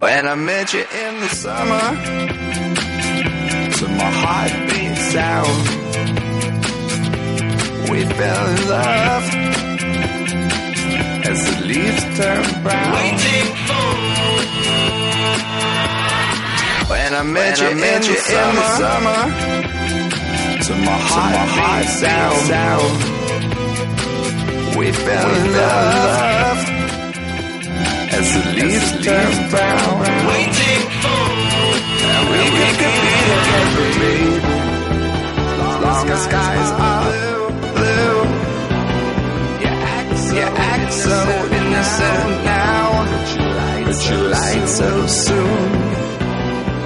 When I met you in the summer, to my heartbeat sound, we fell in love as the leaves turn brown. Waiting for when I met you, in, the summer, to my heartbeat sound, we fell in love as the leaves turn brown. Waiting for and we could be together for me. As long as skies are blue, blue. You act so, you act so innocent now, but you lied so soon.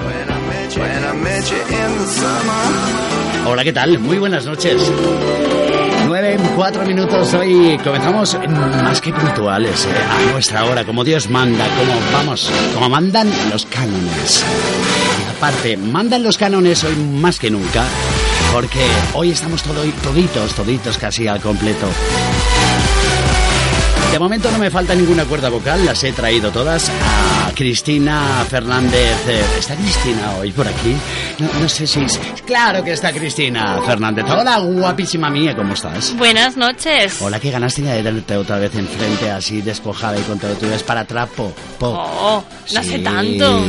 When I met you, when I met you in the summer. Hola, ¿qué tal? Muy buenas noches. Nueve, cuatro minutos hoy comenzamos mm, más que puntuales, eh, a nuestra hora, como Dios manda, como vamos, como mandan los cánones. Y aparte, mandan los cánones hoy más que nunca, porque hoy estamos todo, toditos, toditos casi al completo. De momento no me falta ninguna cuerda vocal, las he traído todas a Cristina Fernández. eh, ¿Está Cristina hoy por aquí? No, no sé si es... Claro que está Cristina Fernández. Hola, guapísima mía, ¿cómo estás? Buenas noches. Hola, qué ganas tenía de tenerte otra vez enfrente, así despojada y con todo tu es para trapo. Po. Oh, no hace Sí. tanto.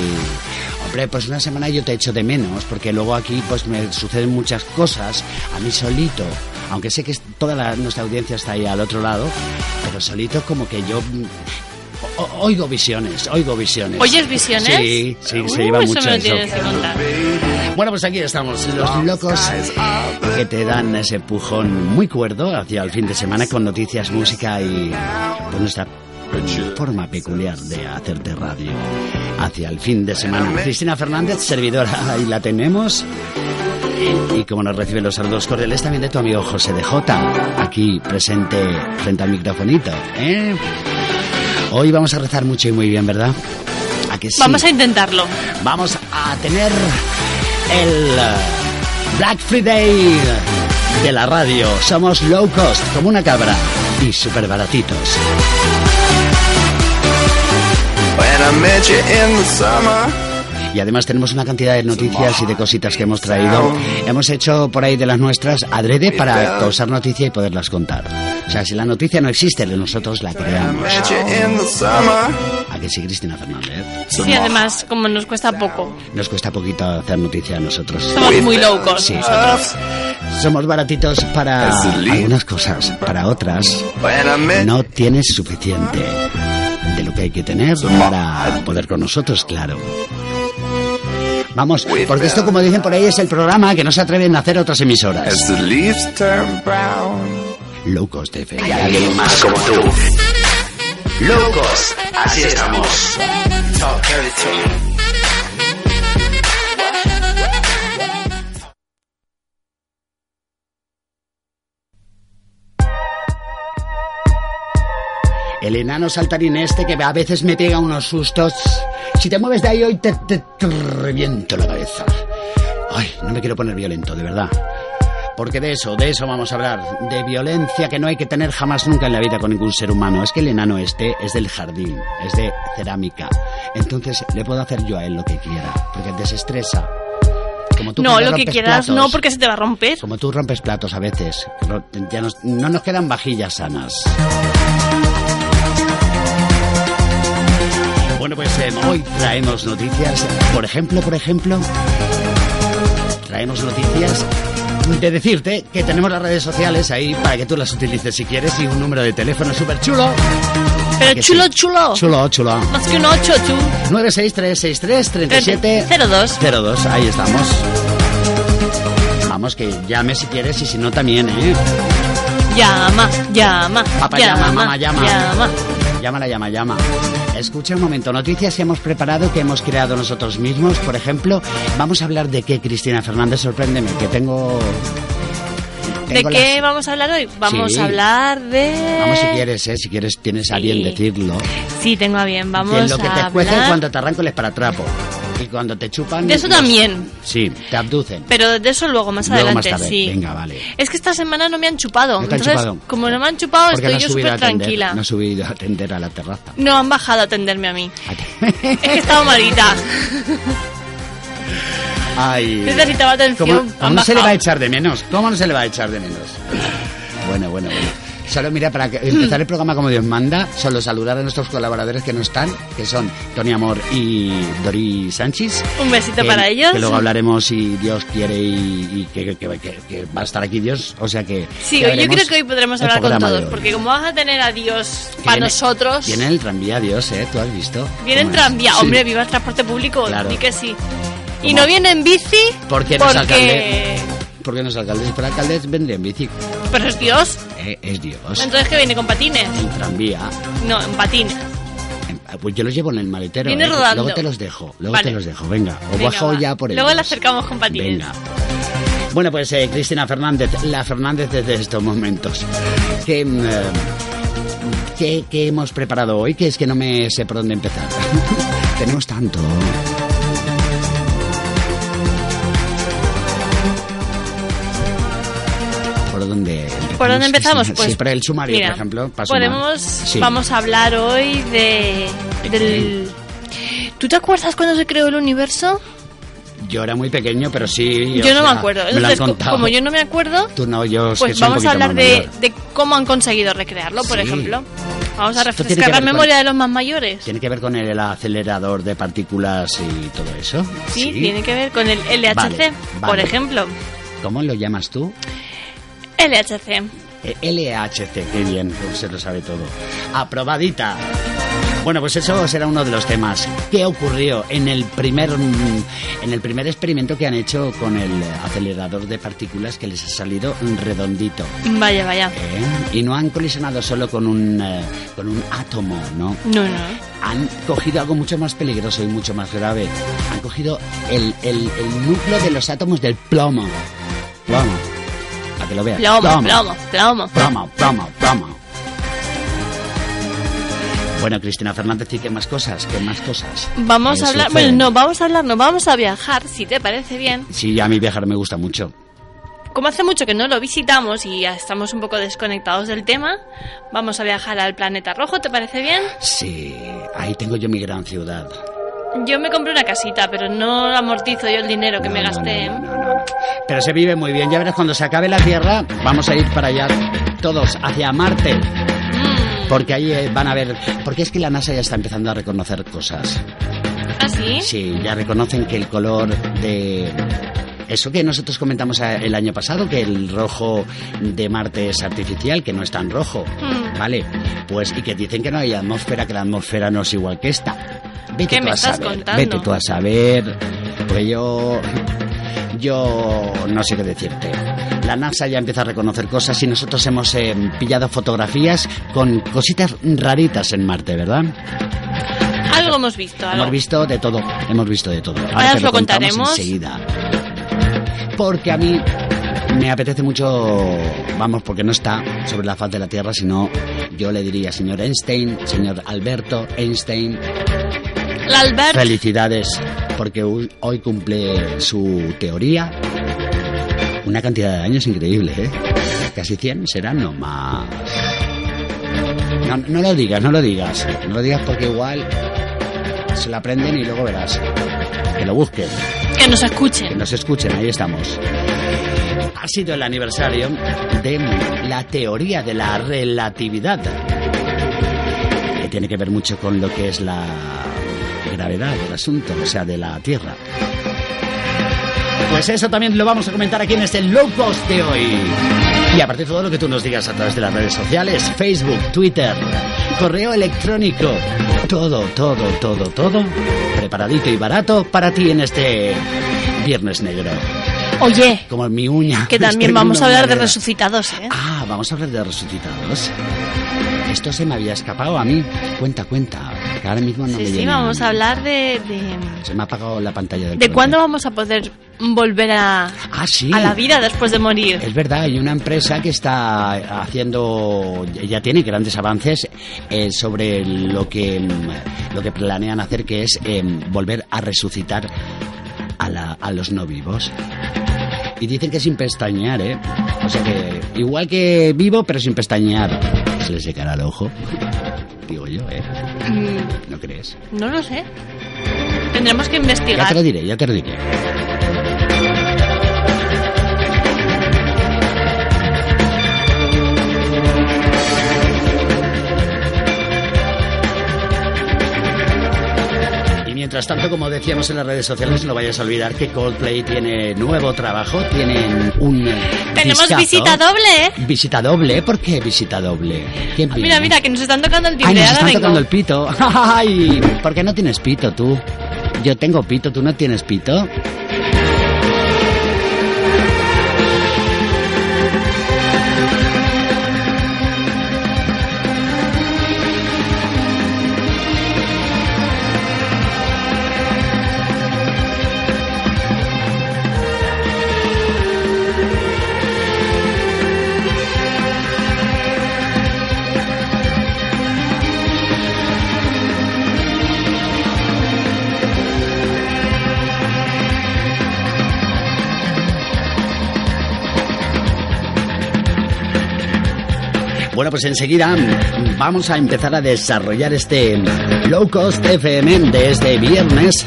Hombre, pues una semana yo te echo de menos, porque luego aquí pues me suceden muchas cosas a mí solito. Aunque sé que es- toda la- nuestra audiencia está ahí al otro lado, pero solito como que yo mm, o- o- oigo visiones, oigo visiones. ¿Oyes visiones? Sí, sí, Uh, se lleva eso mucho me lo eso. tienes que contar. Bueno, pues aquí estamos, los locos que te dan ese pujón muy cuerdo hacia el fin de semana con noticias, música y pues, nuestra forma peculiar de hacerte radio hacia el fin de semana. Cristina Fernández, servidora, ahí la tenemos. Y como nos reciben los saludos cordiales también de tu amigo José de Jota, aquí presente frente al microfonito. ¿eh? Hoy vamos a rezar mucho y muy bien, ¿verdad? ¿A que sí? Vamos a intentarlo. vamos a tener el eh, Black Friday de la radio. Somos low cost, como una cabra, y súper baratitos. When I met you in the summer, Y además tenemos una cantidad de noticias y de cositas que hemos traído. Hemos hecho por ahí de las nuestras adrede para causar noticia y poderlas contar. O sea, si la noticia no existe, nosotros la creamos. met you in the summer. ¿A que sí, Cristina Fernández? Sí, además, como nos cuesta poco. Nos cuesta poquito hacer noticia a nosotros. Somos muy locos. Pues, Sí, nosotros somos baratitos para algunas cosas, para otras When I met no tienes suficiente de lo que hay que tener para poder con nosotros, claro. Vamos, porque esto, como dicen por ahí, es el programa que no se atreven a hacer otras as emisoras. the leaves turn brown. Low Cost FM. Y alguien más como tú. Locos, así estamos. El enano saltarín este que a veces me pega unos sustos. Si te mueves de ahí hoy te, te- te reviento la cabeza. Ay, no me quiero poner violento, de verdad. Porque de eso, de eso vamos a hablar. De violencia que no hay que tener jamás nunca en la vida con ningún ser humano. Es que el enano este es del jardín, es de cerámica. Entonces le puedo hacer yo a él lo que quiera, porque desestresa. Como tú No, cuando lo que rompes quieras platos. no, porque se te va a romper. Como tú rompes platos a veces, ro- ya nos- no nos quedan vajillas sanas. Bueno, pues eh, hoy traemos noticias, por ejemplo, por ejemplo, traemos noticias de decirte que tenemos las redes sociales ahí para que tú las utilices si quieres y un número de teléfono súper chulo. Pero que chulo, sí. chulo. Chulo, chulo. Más que un 8, tú. 963633702. 02. 02, ahí estamos. Vamos, que llame si quieres y si no también, ¿eh? Llama, llama. Papá llama, llama, mamá llama. llama. Llámala, llama, llama. Escucha un momento, noticias que hemos preparado, que hemos creado nosotros mismos. Por ejemplo, vamos a hablar de qué, Cristina Fernández, sorpréndeme, que tengo... ¿De tengo qué las- vamos a hablar hoy? Vamos Sí. a hablar de... Vamos si quieres, ¿eh? Si quieres, tienes a bien Sí. decirlo. Sí, tengo a bien. Vamos Que lo que a te cuece hablar... cuando te arranco el es para trapo. Y cuando te chupan... De eso los- también. Sí, te abducen. Pero de eso luego, más Luego adelante, más tarde. sí. Venga, vale. Es que esta semana no me han chupado. No te han entonces, chupado. como no me han chupado, Porque no estoy has yo subido a súper atender, tranquila. No No, has subido a atender a la terraza. han bajado a atenderme a mí. es que estaba malita. Ay. Necesitaba atención. Ah. ¿Cómo, Han cómo no se bajado. le va a echar de menos? ¿Cómo no se le va a echar de menos? Bueno, bueno, bueno. Solo mira, para que- empezar el programa como Dios manda, solo saludar a nuestros colaboradores que no están, que son Tony Amor y Dori Sánchez. Un besito que- para ellos. Que luego hablaremos si Dios quiere y, y que, que- que- que va a estar aquí Dios. O sea que. Sí, ya yo veremos creo que hoy podremos el hablar con programa de todos, hoy. porque como vas a tener a Dios Que para viene- nosotros, Viene el tranvía Dios, ¿eh? ¿Tú has visto? viene en ¿Cómo es? tranvía. Sí. Hombre, viva el transporte público, Claro. di que sí. Y ¿Cómo? no viene en bici ¿Por qué no es porque... alcalde? Porque no es alcalde. Pero alcalde vendría en bici. Pero es Dios. Eh, es Dios. Entonces, ¿qué viene con patines? En tranvía. No, en patines. En- Pues yo los llevo en el maletero. Viene ¿eh? rodando. Luego te los dejo. Luego Vale. te los dejo. Venga, os Venga, bajo va. ya por el. Luego le acercamos con patines. Venga. Bueno, pues eh, Cristina Fernández, la Fernández desde estos momentos. ¿Qué, eh, qué, qué hemos preparado hoy? Que es que no me sé por dónde empezar. Tenemos tanto. ¿Por dónde empezamos? ¿Por dónde empezamos? Cristina? Pues Sí, por el sumario, mira, por ejemplo. paso podemos, mal. Sí. vamos a hablar hoy de del. ¿Tú te acuerdas cuando se creó el universo? Yo era muy pequeño, pero sí. Yo o no sea, me acuerdo. Me lo han Entonces, co- contado. como yo no me acuerdo, Tú no, yo es que pues soy un vamos poquito a hablar más de, mayor. de cómo han conseguido recrearlo, por Sí. ejemplo. Vamos a Esto tiene que refrescar la ver con- memoria de los más mayores. ¿Tiene que ver con el acelerador de partículas y todo eso? Sí, tiene que ver con el LHC, Vale, por vale. ejemplo. ¿Cómo lo llamas tú? LHC. Eh, LHC, qué bien, se lo sabe todo. Aprobadita. Bueno, pues eso será uno de los temas. ¿Qué ocurrió en el primer mm, en el primer experimento que han hecho con el acelerador de partículas que les ha salido redondito? Vaya, vaya. ¿eh? Y no han colisionado solo con un eh, con un átomo, ¿no? No, no. han cogido algo mucho más peligroso y mucho más grave. Han cogido el, el- el núcleo de los átomos del plomo. Plomo. A que lo veas. Plomo, plomo, plomo. Plomo, plomo, plomo. Bueno, Cristina Fernández, ¿y qué más cosas? ¿Qué más cosas? Vamos eh, a hablar, suceden? bueno, no, vamos a hablar, no, vamos a viajar, si te parece bien. Sí, a mí viajar me gusta mucho. Como hace mucho que no lo visitamos y ya estamos un poco desconectados del tema, vamos a viajar al planeta rojo, ¿te parece bien? Sí, ahí tengo yo mi gran ciudad. Yo me compré una casita, pero no amortizo yo el dinero que No, me no, gasté. no, no, no, no. Pero se vive muy bien. Ya verás, cuando se acabe la Tierra, vamos a ir para allá todos, hacia Marte. Mm. Porque ahí eh, van a ver... Porque es que la NASA ya está empezando a reconocer cosas. ¿Ah, sí? Sí, ya reconocen que el color de... Eso que nosotros comentamos a- el año pasado, que el rojo de Marte es artificial, que no es tan rojo, Mm. ¿vale? Pues, y que dicen que no hay atmósfera, que la atmósfera no es igual que esta. Vete ¿Qué tú me a estás saber, contando? vete tú a saber, porque yo... Yo no sé qué decirte. La NASA ya empieza a reconocer cosas y nosotros hemos eh, pillado fotografías con cositas raritas en Marte, ¿verdad? Algo hemos visto, algo. Hemos visto de todo, hemos visto de todo. Ahora, Ahora te os lo contamos contaremos. enseguida. Porque a mí me apetece mucho, vamos, porque no está sobre la faz de la Tierra, sino yo le diría, señor Einstein, señor Alberto Einstein, La Albert, felicidades, porque hoy hoy cumple su teoría. Una cantidad de años increíble, ¿eh? Casi 100 serán nomás. No, no lo digas, no lo digas. No lo digas porque igual se la aprenden y luego verás. Que lo busquen, que nos que escuchen. nos escuchen, ahí estamos. Ha sido el aniversario de la teoría de la relatividad. Que tiene que ver mucho con lo que es la gravedad del asunto, o sea, de la Tierra. Pues eso también lo vamos a comentar aquí en este Low Cost de hoy. Y a partir de todo lo que tú nos digas a través de las redes sociales, Facebook, Twitter, correo electrónico, todo, todo, todo, todo, preparadito y barato para ti en este Viernes Negro. Oye, Como mi uña. que Estoy también con vamos una a hablar de madera. resucitados, ¿eh? Ah, vamos a hablar de resucitados. Esto se me había escapado a mí. Cuenta, cuenta. que ahora mismo no sí, me sí, llegan. vamos a hablar de... de... Se me ha apagado la pantalla del ¿De programa. cuándo vamos a poder volver a, Ah, sí. a la vida después de morir? Es verdad, hay una empresa que está haciendo, ya tiene grandes avances eh, sobre lo que, mm, lo que planean hacer, que es em, volver a resucitar a, la- a los no vivos. Y dicen que sin pestañear, ¿eh? O sea que igual que vivo, pero sin pestañear. Se les secará el ojo. Digo yo, ¿eh? Mm, ¿No crees? No lo sé. Tendremos que Ya te investigar. lo diré, ya te lo diré. Y Mientras tanto, como decíamos en las redes sociales, no vayas a olvidar que Coldplay tiene nuevo trabajo, tienen un eh, Tenemos discazo. visita doble, ¿eh? Visita doble, ¿por qué visita doble? ¿Quién Ah, Mira, viene? mira, que nos están tocando el Ay, timbre. nos ahora están vengo. tocando el pito. Ay, ¿por qué no tienes pito tú? Yo tengo pito, ¿tú no tienes pito? Bueno, pues enseguida vamos a empezar a desarrollar este Low Cost FM de este viernes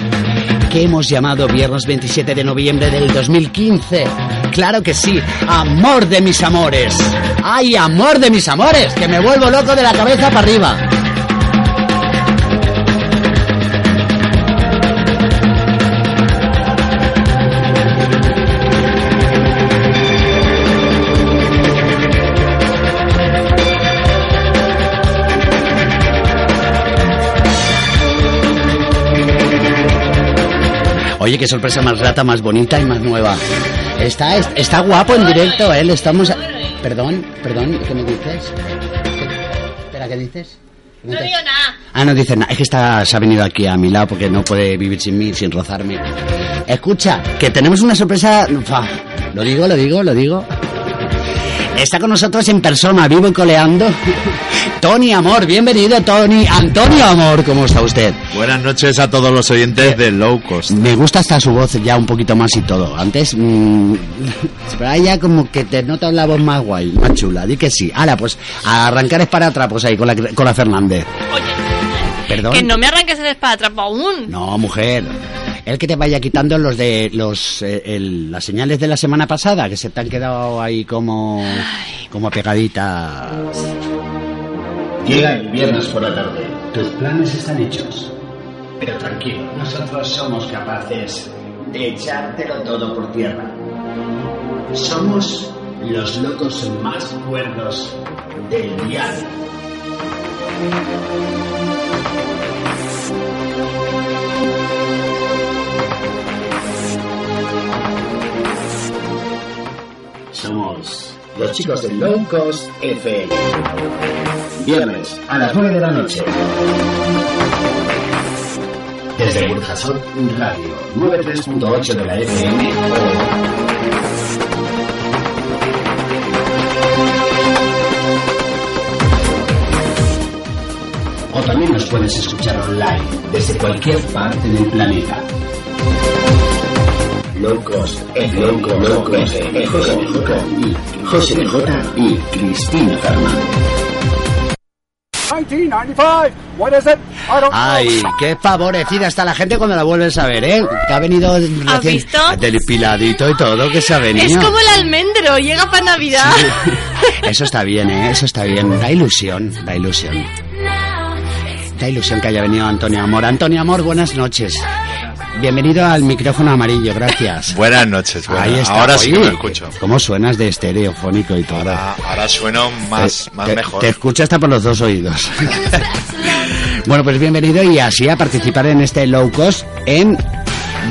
que hemos llamado viernes 27 de noviembre del 2015. Claro que sí, amor de mis amores. ¡Ay, amor de mis amores! Que me vuelvo loco de la cabeza para arriba. Oye, qué sorpresa más grata, más bonita y más nueva. Está, está guapo en directo, ¿eh? Le estamos... Perdón, perdón, ¿qué me dices? Espera, ¿qué dices? No digo nada. Ah, no dice nada. Es que está, se ha venido aquí a mi lado porque no puede vivir sin mí, sin rozarme. Escucha, que tenemos una sorpresa. Fa, lo digo, lo digo, lo digo. Está con nosotros en persona, vivo y coleando. Tony Amor, bienvenido, Tony. Antonio Amor, ¿cómo está usted? Buenas noches a todos los oyentes de Low Cost. Me gusta hasta su voz ya un poquito más y todo. Antes, mmm, pero ahora ya como que te nota la voz más guay, más chula. Di que sí. Ahora, pues, a arrancar es para atrás, pues ahí, con la, con la Fernández. Perdón. Que no me arranques el espadatrapo aún. No, mujer. El que te vaya quitando los de los eh, el- las señales de la semana pasada que se te han quedado ahí como como pegaditas. Llega el viernes por la tarde. Tus planes están hechos. Pero tranquilo, nosotros somos capaces de echártelo todo por tierra. Somos los locos más cuerdos del diario. Somos los chicos de Loncos FM. Viernes a las 9 de la noche. Desde Burjasot Radio 93.8 de la FM. O también nos puedes escuchar online desde cualquier parte del planeta. Locos, Loco, Locos, José de Jota y José de Jota y Cristina Fernández. 1995. What is it? I don't Ay, qué favorecida está la gente cuando la vuelves a ver, ¿eh? Que ha venido ¿Has recién visto? depiladito y todo, que se ha venido. Es como el almendro, llega para Navidad. Eso está bien, ¿eh? Eso está bien. Da ilusión, da ilusión. Da ilusión que haya venido Antonio Amor. Antonio Amor, buenas noches. Bienvenido al micrófono amarillo, gracias. Buenas noches, buenas. Ahí está. ahora sí Oye, que me escucho. ¿Cómo suenas de estereofónico y todo? Ahora, Ah, ahora sueno más, Te- más te, mejor. Te Eh, escucha hasta por los dos oídos. bueno, pues bienvenido y así a participar en este low cost en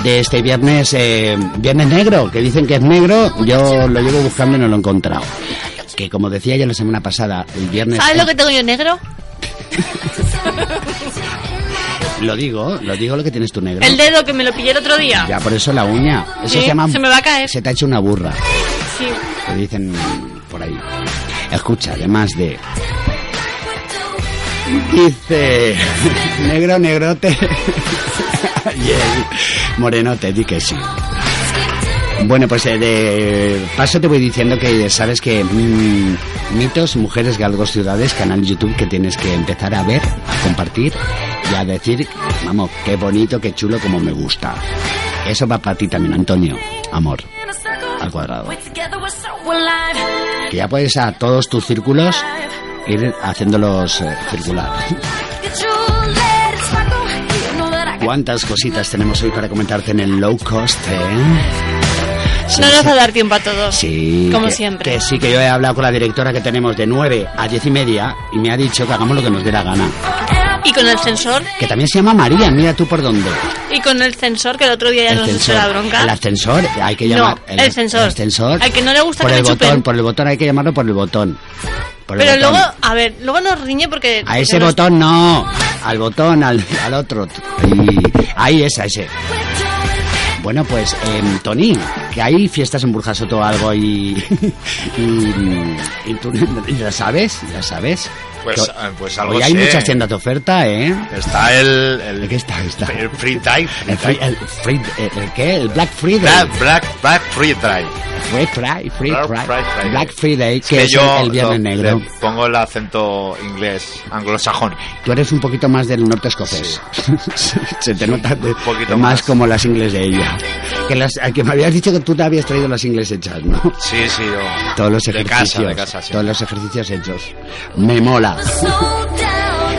de este viernes, eh, viernes negro, que dicen que es negro, yo lo llevo buscando y no lo he encontrado. Que como decía yo la semana pasada, el viernes... ¿Sabes lo que tengo yo negro? Lo digo, lo digo lo que tienes tu negro. El dedo que me lo pillé el otro día. Ya, por eso la uña. Eso Sí, se llama... se me va a caer. Se te ha hecho una burra, Sí. que dicen por ahí. Escucha, además de... Dice... Negro, negrote... y el morenote, di que sí. Bueno, pues eh, de paso te voy diciendo que eh, sabes que mm, mitos, mujeres, galgos, ciudades, canal YouTube que tienes que empezar a ver, a compartir y a decir, vamos, qué bonito, qué chulo, como me gusta. Eso va para ti también, Antonio. Amor, al cuadrado. Que ya puedes a todos tus círculos ir haciéndolos eh, circular. ¿Cuántas cositas tenemos hoy para comentarte en el low cost? eh? Se No nos nos va a dar tiempo a todos. Sí. Como que- siempre. Que sí, que yo he hablado con la directora que tenemos de 9 a 10 y media y me ha dicho que hagamos lo que nos dé la gana. Y con el censor, Que también se llama María, mira tú por dónde. y con el censor que el otro día ya nos echó la bronca. El ascensor, hay que No, llamar. el ascensor. ascensor. Al que no le gusta por que el le botón, chupen. Por el botón, hay que llamarlo por el botón. Por el Pero botón. luego, a ver, luego nos riñe porque... A porque ese nos- botón no, al botón, al, al otro. Ahí, ahí es, a ese. Bueno, pues, em, Tony, que hay fiestas en Burjasoto o algo y. y, y tú ya sabes, ya sabes. Pues, Que hoy- ah, pues algo Hoy hay sé. muchas tiendas de oferta, ¿eh? Está el... ¿De el, qué está? está? el free drive. El, free- el, free- el- el qué? El Black Friday. Black, Black, Black Free Drive. Free Friday, Free Black Friday, Friday. Black Friday, Es que es el- el lo- Viernes Negro. le pongo el acento inglés, anglosajón. Tú eres un poquito más del norte escocés. Se te nota de- Un poquito más, más. como las ingles de ella. Que, las, que me habías dicho que tú te habías traído las ingles hechas, ¿no? Sí, sí, yo- Todos los de ejercicios. casa, de casa, sí. Todos los ejercicios hechos. Me mola.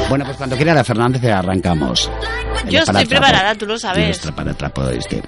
Bueno, pues cuando quiera la Fernández le arrancamos. El Yo estoy esparatrapo. preparada, tú lo sabes. Nuestro paratrapo este.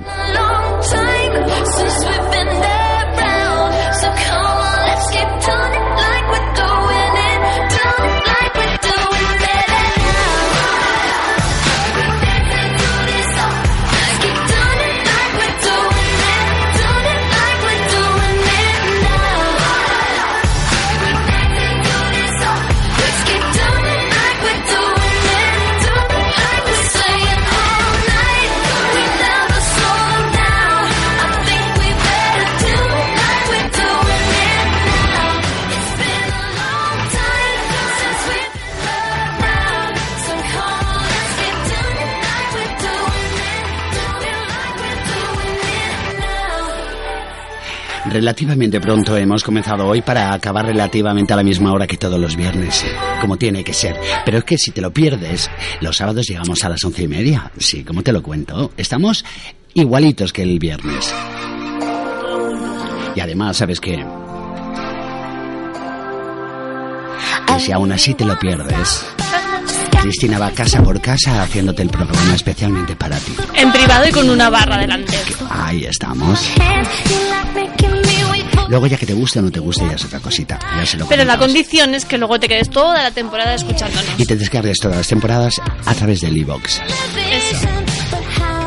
Relativamente pronto hemos comenzado hoy para acabar relativamente a la misma hora que todos los viernes, eh, como tiene que ser. Pero es que si te lo pierdes, los sábados llegamos a las once y media. Sí, como te lo cuento, estamos igualitos que el viernes. Y además, ¿sabes qué? Que si aún así te lo pierdes, Cristina va casa por casa haciéndote el programa especialmente para ti. En privado y con una barra delante. Ahí estamos. Luego ya que te guste o no te guste ya es otra cosita. Ya se lo Pero la comentamos. condición es que luego te quedes toda la temporada escuchándonos. Y te descargues todas las temporadas a través del iBox. Eso.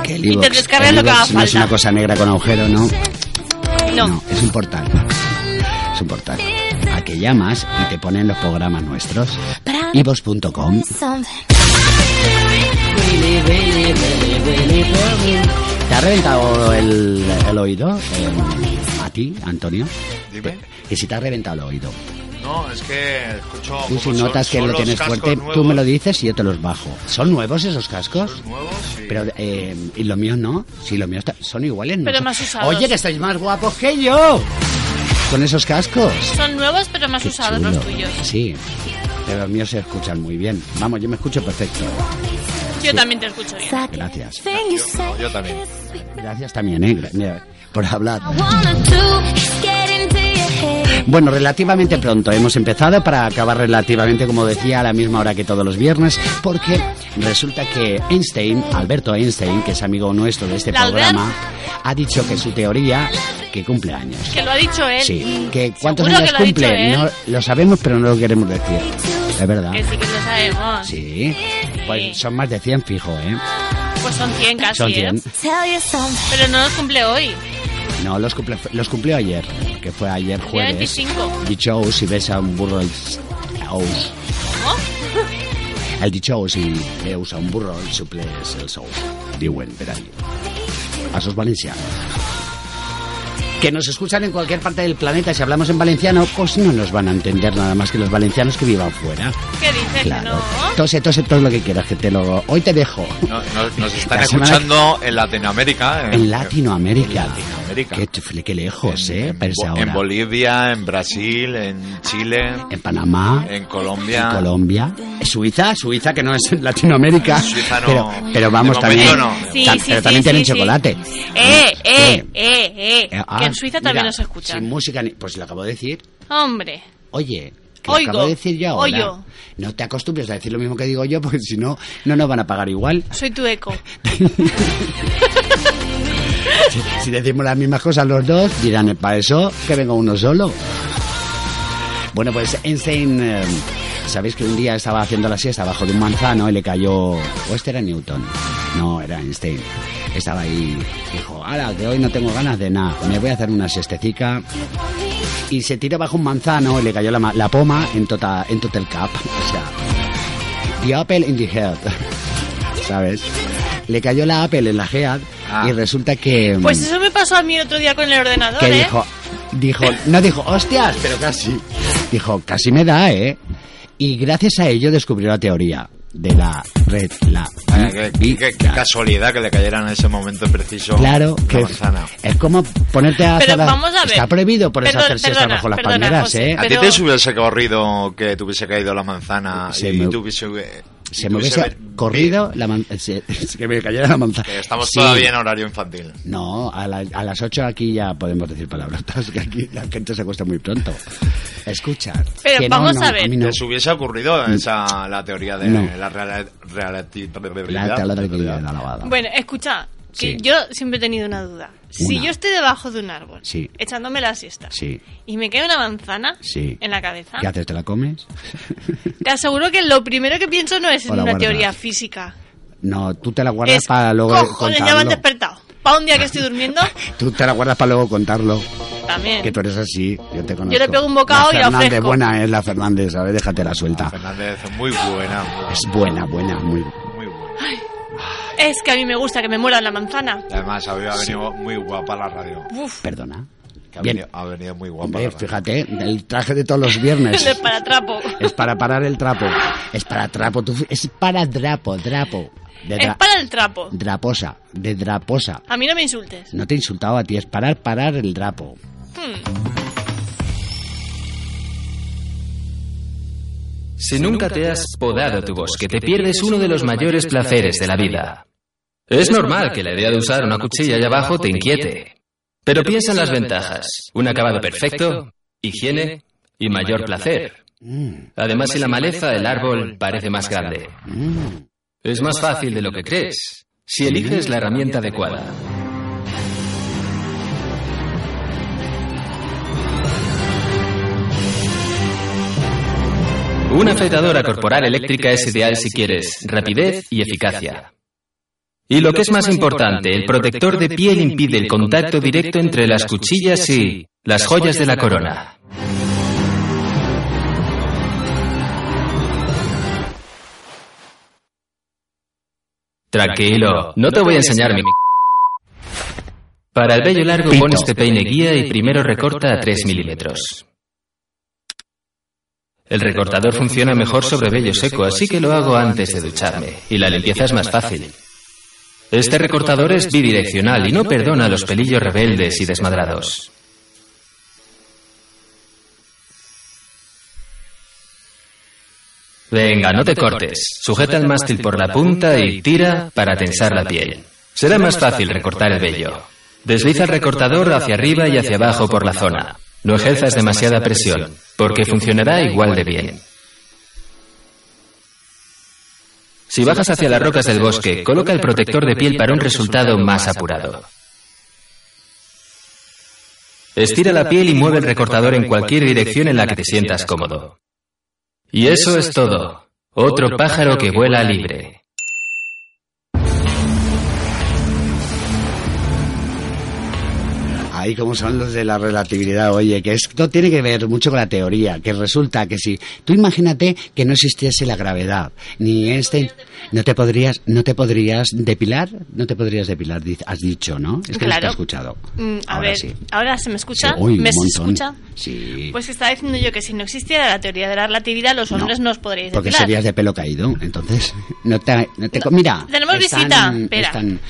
Que el Y te iVoox- descargas el lo que iVoox haga No es falta. una cosa negra con agujero, ¿no? No. es un portal. Es un portal. A que llamas y te ponen los programas nuestros. iVox.com. ¿Te ha reventado el, el oído? eh, a ti, Antonio. Dime. Que si te ha reventado el oído. No, es que escucho... Tú como si son- notas que son lo los tienes cascos fuerte, tú nuevos, me lo dices y yo te los bajo. ¿Son nuevos esos cascos? nuevos, sí. Pero, eh, ¿y los míos no? Sí, los míos ta- son iguales. ¿no? Pero más usados. Oye, que estáis más guapos que yo. Con esos cascos. Son nuevos pero más Qué usados chulo. los tuyos. Sí. Pero los míos se escuchan muy bien. Vamos, yo me escucho perfecto. Yo también te escucho bien. Gracias. No, yo también. Gracias también, eh, gra- mira, por hablar. Bueno, relativamente pronto hemos empezado para acabar relativamente, como decía, a la misma hora que todos los viernes, porque resulta que Einstein, Alberto Einstein, que es amigo nuestro de este La Albert. programa, ha dicho que su teoría que cumple años. Que lo ha dicho él. Mm, Sí, que cuántos Seguro años que lo ha dicho cumple, él. no, lo sabemos pero no lo queremos decir. Es verdad. Ah. Ah, Que sí que lo sabemos. Sí, pues son más de 100 fijo, ¿eh? Pues son 100 casi, Son 100. ¿eh? Pero no los cumple hoy. No, los, cumple, los cumplió ayer, que fue ayer Día jueves. 25. Dicho si ves a un burro, el aus. ¿No? El dicho si veus a un burro, el suple es el sou. Diuen per ahí. A sos valencianos. Que nos escuchan en cualquier parte del planeta. Si hablamos en valenciano, pues no nos van a entender nada más que los valencianos que vivan fuera. ¿Qué dices? Claro. No. Tose, tose todo lo que quieras, que te lo... Hoy te dejo. No- no- nos están La semana escuchando en Latinoamérica. En Latinoamérica. Latinoamérica. Qué, chufle- qué lejos, en- ¿eh? en Parece Bo- ahora. en Bolivia, en Brasil, en Chile, En Panamá. en Colombia. en Colombia, Suiza, Suiza que no es en Latinoamérica, Suiza no. pero, pero vamos De también, momento no. Sí, tam- sí, pero sí, también sí, tienen sí. chocolate. Eh, eh, Sí. eh, eh. Eh, ah, que en Suiza también mira, nos escuchan. Sin música, ni- pues lo acabo de decir. Hombre. Oye, que Oigo, lo acabo de decir yo ahora. oyo. No te acostumbres a decir lo mismo que digo yo, porque si no, no nos van a pagar igual. Soy tu eco. Mm. Si decimos las mismas cosas los dos, dirán, para eso que venga uno solo. Bueno, pues Einstein, eh, sabéis que un día estaba haciendo la siesta abajo de un manzano y le cayó... ¿O este era Newton? No, era Einstein. Estaba ahí, dijo, ahora que hoy no tengo ganas de nada, me voy a hacer una siestecica. Y se tiró bajo un manzano y le cayó la, ma- la poma en, tota, en total cap. O sea, the apple in the head, ¿sabes? Le cayó la apple en la head Ah. y resulta que... mm, Pues eso me pasó a mí el otro día con el ordenador, Que ¿eh? dijo, dijo, no dijo, hostias, pero casi. Dijo, casi me da, ¿eh? Y gracias a ello descubrió la teoría de la red, la... Vaya, qué, qué- qué- qué vida. casualidad Ah, que le cayeran en ese momento preciso. Claro, una que es, manzana. es como ponerte a hacer... Pero la- vamos a ver. Está prohibido por eso Perdón- hacer siesta perdona, bajo las perdona, palmeras, José, ¿eh? ¿A ti pero- te hubiese corrido que te hubiese caído la manzana Se y me- te hubiese- Se y me te hubiese ver- corrido la man- se- se que me cayera la manzana. Que Estamos Sí. todavía en horario infantil. No, a, la- a las 8 aquí ya podemos decir palabrotas, que aquí la gente se acuesta muy pronto. Escucha. Pero que vamos a ver. mí ¿Les hubiese ocurrido esa, la teoría de No. la reala- realati- La relatividad? tabla de la lavada. Bueno, escucha, que Sí. yo siempre he tenido una duda. Si Una. yo estoy debajo de un árbol, Sí. echándome la siesta, Sí. y me cae una manzana Sí. en la cabeza, ¿Qué haces? ¿Te la comes? te aseguro que lo primero que pienso no es en O la una guardas. teoría física. No, tú te la guardas es, para luego cojones, ya me han contarlo. despertado. Para un día que estoy durmiendo, Tú te la guardas para luego contarlo. también. Que tú eres así, yo te conozco. Eh. le pego un bocado La y la Fernández, ofrezco. buena es la Fernández, ¿sabes? Déjate la suelta. Fernández, muy buena. Es buena, buena, muy... Muy buena. Es que a mí me gusta que me muera la manzana. Y Además, había venido muy guapa a la radio. Uf, Perdona. Que ha, Bien. venido, ha venido muy guapa. Hombre, la radio. fíjate, el traje de todos los viernes. de paratrapo. Es para parar el trapo. Es para trapo. tú- es para drapo, drapo. De Es dra- para el trapo. Draposa, de draposa. A mí no me insultes. No te he insultado a ti, es parar, parar el drapo. Si nunca te has podado tu bosque, te pierdes uno de los mayores placeres de la vida. Es normal que la idea de usar una cuchilla allá abajo te inquiete. Pero piensa en las ventajas. Un acabado perfecto, higiene y mayor placer. Mm, Además, en la maleza el árbol parece más grande. mm. Es más fácil de lo que crees, si eliges la herramienta adecuada. Una fetadora corporal eléctrica es ideal si quieres rapidez y eficacia. Y lo que es más importante, el protector de piel impide el contacto directo entre las cuchillas y las joyas de la corona. Tranquilo, no te voy a enseñar mi... Para el vello largo pon este peine guía y primero recorta a 3 milímetros. El recortador funciona mejor sobre vello seco, así que lo hago antes de ducharme, y la limpieza es más fácil. Este recortador es bidireccional y no perdona los pelillos rebeldes y desmadrados. Venga, no te cortes. Sujeta el mástil por la punta y tira para tensar la piel. Será más fácil recortar el vello. Desliza el recortador hacia arriba y hacia abajo por la zona. No ejerzas demasiada presión, porque funcionará igual de bien. Si bajas hacia las rocas del bosque, coloca el protector de piel para un resultado más apurado. Estira la piel y mueve el recortador en cualquier dirección en la que te sientas cómodo. Y eso es todo. Otro pájaro que vuela libre. Ahí como son los de la relatividad, oye, que esto tiene que ver mucho con la teoría, que resulta que si tú imagínate que no existiese la gravedad, ni Einstein, no te podrías, no te podrías depilar, no te podrías depilar, diz- has dicho, ¿no? Es que no te Claro. he escuchado. Mm, a Ahora ver, sí. ahora se me escucha. Sí, uy, un ¿Me montón. escucha? Sí. Pues estaba diciendo yo que si no existiera la teoría de la relatividad, los hombres no, os podríais Porque depilar. serías de pelo caído, entonces. No te, no te- mira. tenemos visita, espera. están-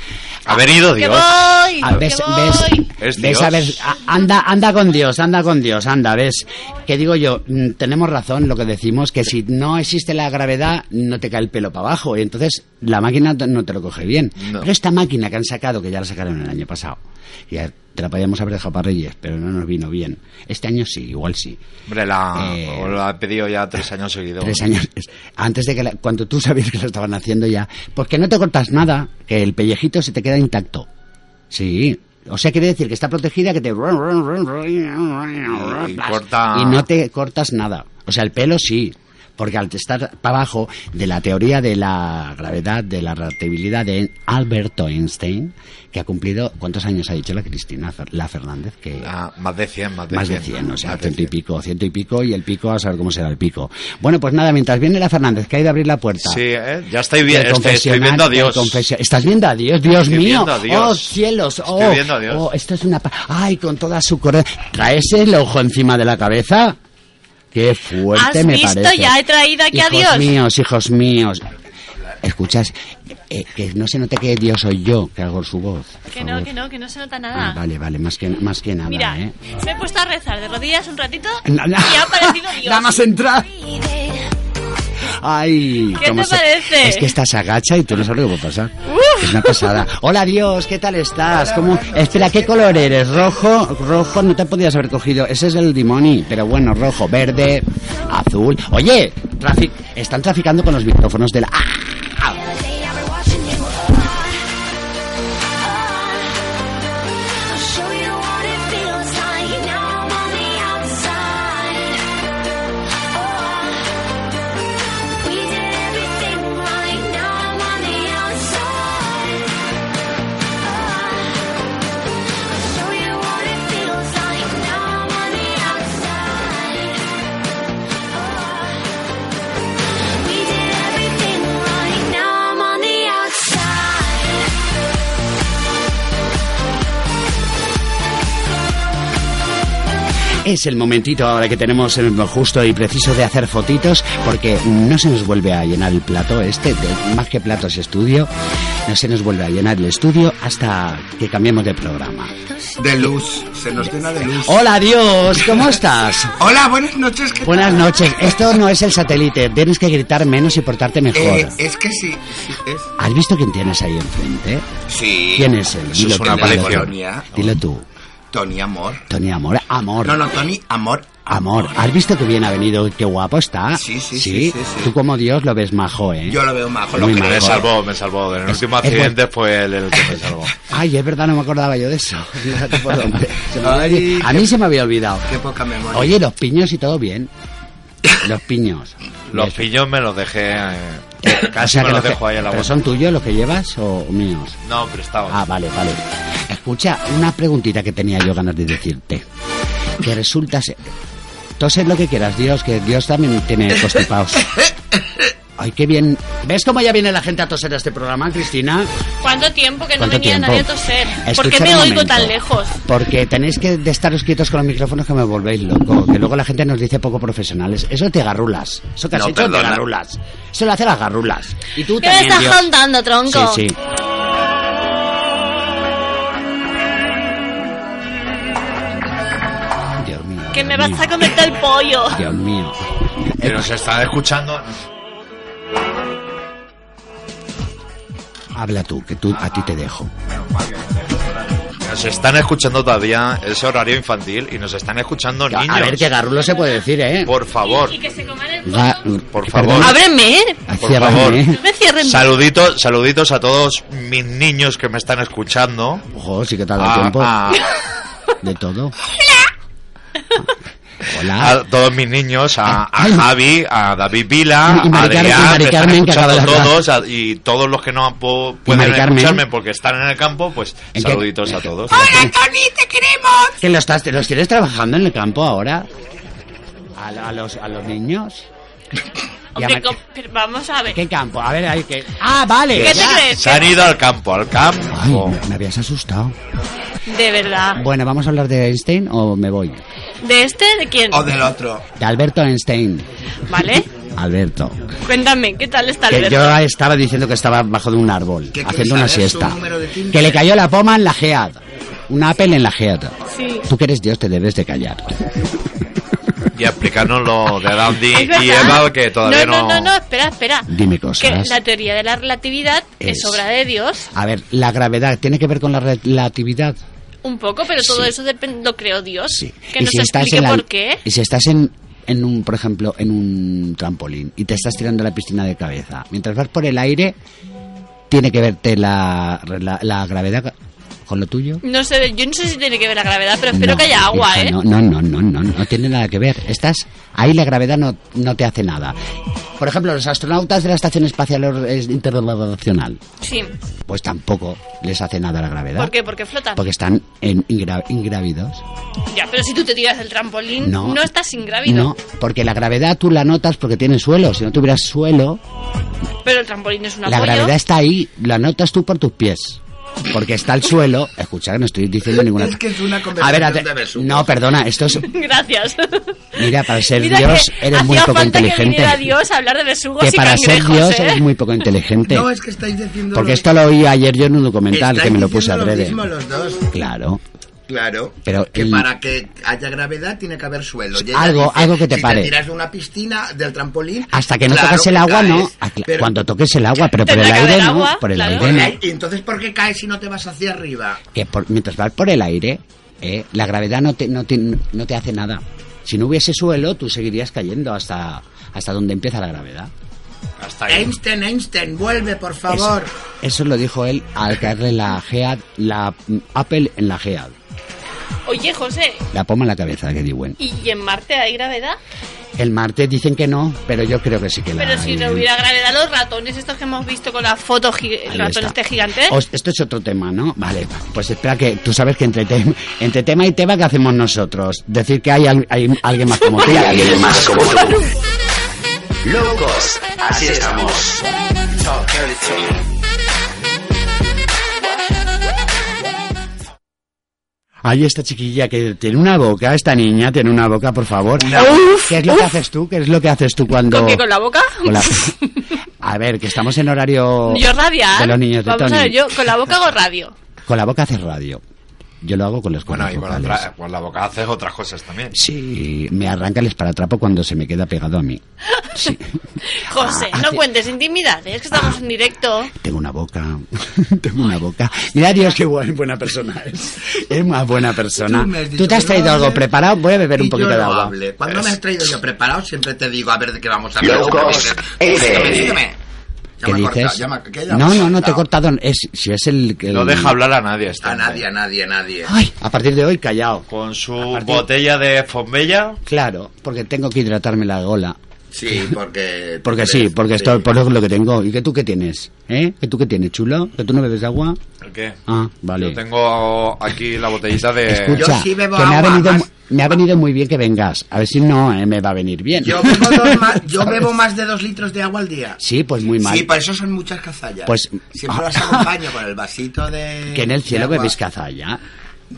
Ha venido ¿eh? ¡Que Dios. voy! Ah, ¡Que ves, voy! Es ves, ves, Dios. a ver, a- anda, anda con Dios, anda con Dios, anda, ves. Que digo yo, mm, tenemos razón lo que decimos, que si no existe la gravedad, no te cae el pelo para abajo, y entonces la máquina t- no te lo coge bien. No. Pero esta máquina que han sacado, que ya la sacaron el año pasado, ya te la podíamos haber dejado para Reyes, pero no nos vino bien. Este año sí, igual sí. Hombre, la, Eh, o la ha pedido ya tres años seguidos. Tres años. Antes de que la- cuando tú sabías que lo estaban haciendo ya. Porque no te cortas nada, que el pellejito se te queda intacto. Sí. O sea, quiere decir que está protegida, que te... Y, corta- no te cortas nada. O sea, el pelo sí. Porque al estar para abajo de la teoría de la gravedad, de la relatividad de Alberto Einstein, que ha cumplido, ¿cuántos años ha dicho la Cristina Fer- la Fernández? Que Ah, más de 100, más de más 100. de 100, o sea, más de ciento y 100. pico, ciento y pico, y el pico, a saber cómo será el pico. Bueno, pues nada, mientras viene la Fernández, que ha ido a abrir la puerta. Sí, ¿eh? ya estoy, del bien, estoy, estoy confesionar- viendo a del Dios. confesio- ¿Estás viendo a Dios? ¡Dios Estoy mío! viendo a Dios. ¡Oh, cielos! ¡Oh! Estoy viendo a Dios. ¡Oh, esto es una... pa- ¡Ay, con toda su corona! ¿Traes el ojo encima de la cabeza? ¡Qué fuerte ¿Has me visto? parece! Ya he traído aquí a hijos Dios. míos, hijos míos. Escuchas, eh, que no se note que Dios soy yo que hago su voz. por Que no, favor. que no, que no se nota nada. Ah, vale, vale, más que, más que nada, Mira, ¿eh? se me he puesto a rezar de rodillas un ratito Na- na- y ha aparecido Dios. Nada más entrar. Ay, ¿Qué cómo te parece? Es que estás agacha y tú no sabes lo que va a pasar. Uf. Es una pasada. Hola, Dios, ¿qué tal estás? ¿Cómo? Espera, ¿qué color eres? ¿Rojo? ¿Rojo? No te podías haber cogido. Ese es el dimoni, pero bueno, rojo, verde, azul. Oye, trafic... están traficando con los micrófonos de la... ¡Ah! Uh, Uh, Uh, Es el momentito ahora que tenemos el justo y preciso de hacer fotitos porque no se nos vuelve a llenar el plato este, de- más que platos estudio, no se nos vuelve a llenar el estudio hasta que cambiemos de programa. De luz, se nos llena de luz. Hola Dios, ¿cómo estás? Hola, buenas noches. ¿qué Buenas tal? noches, esto no es el satélite, tienes que gritar menos y portarte mejor. Eh, es que sí, sí, es. ¿Has visto quién tienes ahí enfrente? Sí. ¿Quién es él? Eso es tú, una dilo tú. aparición. Dilo tú, Tony Amor. Tony Amor, amor. No, no, Tony Amor. Amor, ¿has visto que bien ha venido? Qué guapo está. Sí, sí, sí, sí, sí. Tú como Dios lo ves majo, ¿eh? Yo lo veo majo, lo Muy creo. Me majo. salvó, me salvó. En el Es- último es buen- accidente fue él el que me salvó. Ay, es verdad, no me acordaba yo de eso. Fíjate por dónde. Se me había Ay, olvidado. a mí se me había olvidado. Qué poca memoria. Oye, los piños y todo bien. Los piños. Los pillos me los dejé. eh, O casi sea me que los los dejo que- ahí en la ¿pero bolsa. ¿Son tuyos los que llevas o míos? No, prestados. Ah, vale, vale. Escucha, una preguntita que tenía yo ganas de decirte. Que resulta ser... Toses lo que quieras, Dios, que Dios también tiene constipados. Ay, qué bien. ¿Ves cómo ya viene la gente a toser a este programa, Cristina? ¿Cuánto tiempo que no ¿Cuánto venía tiempo? nadie a toser? ¿Por Escuchad qué me un oigo momento. tan lejos? Porque tenéis que de estaros quietos con los micrófonos que me volvéis loco. Que luego la gente nos dice poco profesionales. Eso te garrulas. Eso que has No, hecho te perdona. garrulas. Eso lo hace las garrulas. Y tú ¿Qué me también, estás Dios. contando, tronco? Sí, sí. Dios mío. Que Dios me vas mío, a comer el pollo. Dios mío. Que nos eh. están escuchando. Habla tú, que tú, a ti te dejo. Nos están escuchando todavía. Es horario infantil y nos están escuchando niños. A ver, que garrulo se puede decir, ¿eh? Por favor. Y que se coman el Ga- pollo. Por Perdón, favor. Ábreme. por ciérrame, favor. ¿eh? No me cierren. Saluditos, saluditos a todos mis niños que me están escuchando. Ah, Ojo, sí que te ha dado A- tiempo. a- De todo. Hola. a todos mis niños, a, a Ay. Javi, a David Vila, Y a Mari Car- y Adrián, Mari me están Carmen, que acaba de escuchando hablar. todos a- y todos los que no po- pueden Mari Carmen. escucharme porque están en el campo, pues ¿En qué? saluditos a todos. Hola, Tony, te queremos. Doraemon! ¿Que los, estás- los tienes trabajando en el campo ahora? ¿A, a los, a los niños? Y a Hombre, Mar- co- pero vamos a ver. ¿Qué campo? A ver, hay que... ¡Ah, vale! ¿Qué te ya. crees? Se han ido al campo, al Ay, campo. me- me habías asustado. De verdad. Bueno, ¿vamos a hablar de Einstein o me voy? ¿De este? ¿De quién? O del otro. De Alberto Einstein. ¿Vale? Alberto. Cuéntame, ¿qué tal está Que Alberto? yo estaba diciendo que estaba bajo de un árbol, ¿Qué haciendo quieres una saber? ¿Su siesta. número de Tinder? Que le cayó la poma en la gead. Un Apple en la gead. Sí. Tú que eres Dios te debes de callar. Y explicarnos lo de Dandy Es verdad. y Eva, que todavía no. No, no, no, espera, espera. Dime Que cosas. la teoría de la relatividad es, Es. obra de Dios, A ver, la gravedad tiene que ver con la relatividad. un poco, pero todo Sí. eso depen- lo creó Dios. Sí. Pues, Que nos explique en la- por qué. Y si estás en, en un, por ejemplo, en un trampolín y te estás tirando a la piscina de cabeza, mientras vas por el aire, tiene que verte la, la, la gravedad con lo tuyo. No sé, yo no sé si tiene que ver la gravedad, pero espero No, que haya agua, hija, ¿eh? No, no, no, no, no, no tiene nada que ver. Estás ahí, la gravedad no, no te hace nada. Por ejemplo, los astronautas de la Estación Espacial Or- es- Internacional, Sí. pues tampoco les hace nada la gravedad. ¿Por qué? Porque flota. Porque están en ingra- ingrávidos. Ya, pero si tú te tiras del trampolín, No. Mm, no, estás ingrávido. No, porque la gravedad tú la notas porque tiene suelo. Si no tuvieras suelo, Pero el trampolín es un la apoyo. gravedad está ahí, la notas tú por tus pies. Porque está el suelo. Escuchad, no estoy diciendo ninguna. Es que es una A ver, conversación ate- de besugos. no, perdona, esto es Gracias. Mira, para ser Mira Dios que eres muy hacía poco falta Que inteligente. viniera Dios a hablar de besugos Que y para ser cangrejos, Dios ¿eh? eres muy poco inteligente. No, es que estáis diciendo... Porque lo- esto lo oí ayer yo en un documental estáis que me lo puse diciendo adrede. mismo los dos. Claro. Claro. Pero que el- para que haya gravedad tiene que haber suelo. Y ella Algo- algo que te si pare. Te tiras de una piscina, del trampolín. Hasta que no claro tocas el agua, caes, no. Ah, cla- pero- Cuando toques el agua, pero por Tendrá el que haber aire no. agua, por el claro. aire no. Eh, ¿Y entonces por qué caes si no te vas hacia arriba? Que por- mientras vas por el aire, eh, la gravedad no te, no, te, no te hace nada. Si no hubiese suelo, tú seguirías cayendo hasta, hasta donde empieza la gravedad. Hasta ahí. Em- Einstein, Einstein, vuelve, por favor. Eso, eso lo dijo él al caerle la GEAD, la mm, Apple en la GEAD. Oye, José, La poma en la cabeza que di buen. ¿y en Marte hay gravedad? El martes dicen que no, pero yo creo que sí que la Pero si hay. no hubiera gravedad, los ratones estos que hemos visto con la foto, gi- Ahí ratón está. este gigante. Os- esto es otro tema, ¿no? Vale, pues espera que tú sabes que entre, tem- entre tema y tema que hacemos nosotros. Decir que hay, al- hay alguien más como tú. Hay alguien más como tú. Locos, así estamos. Hay esta chiquilla que tiene una boca, esta niña tiene una boca, por favor. ¿Qué es lo que haces tú? ¿Qué es lo que haces tú cuando... ¿Con qué? ¿Con la boca? con la- A ver, que estamos en horario... Yo radial. De los niños de Vamos Tony. a ver, yo con la boca hago radio. Con la boca haces radio. Yo lo hago con los Bueno, cuerdas y con, vocales. otra- con la boca haces otras cosas también. Sí, me arranca el esparatrapo cuando se me queda pegado a mí. Sí. José, Ah, no hace- cuentes intimidades, que estamos en directo. Tengo una boca, tengo una boca. Mira Dios qué buen- buena persona es. Es más buena persona. Tú me has Tú dicho te has que traído no algo hable, preparado. Voy a beber Y un poquito yo de no agua. hable. Cuando me has traído yo preparado, siempre te digo a ver de qué vamos a hablar. Locos, Sígueme, Eden. sígueme. Ya ¿Qué me ha cortado, dices? ya me ha- que ya No, me ha no, no te he cortado. cortado. Es, si es el, el- No deja hablar a nadie. esta A mujer. nadie, a nadie, a nadie. Ay, a partir de hoy callado. Con su partir- botella de Fombella. Claro, porque tengo que hidratarme la gola. Sí, porque. Porque sí, porque estoy por lo que tengo. ¿Y que tú qué tienes? ¿Eh? ¿Que tú qué tienes, chulo? ¿Que tú no bebes agua? ¿El qué? Ah, vale. Yo tengo aquí la botellita de. Escucha, Yo sí bebo que me ha, agua, venido, más- mu- me ha venido muy bien que vengas. A ver si no eh, me va a venir bien. Yo bebo, dos más, yo bebo más de dos litros de agua al día. Sí, pues muy mal. Sí, por eso son muchas cazallas. Pues- Siempre las acompaño con el vasito de. Que en el cielo de agua. bebéis cazalla.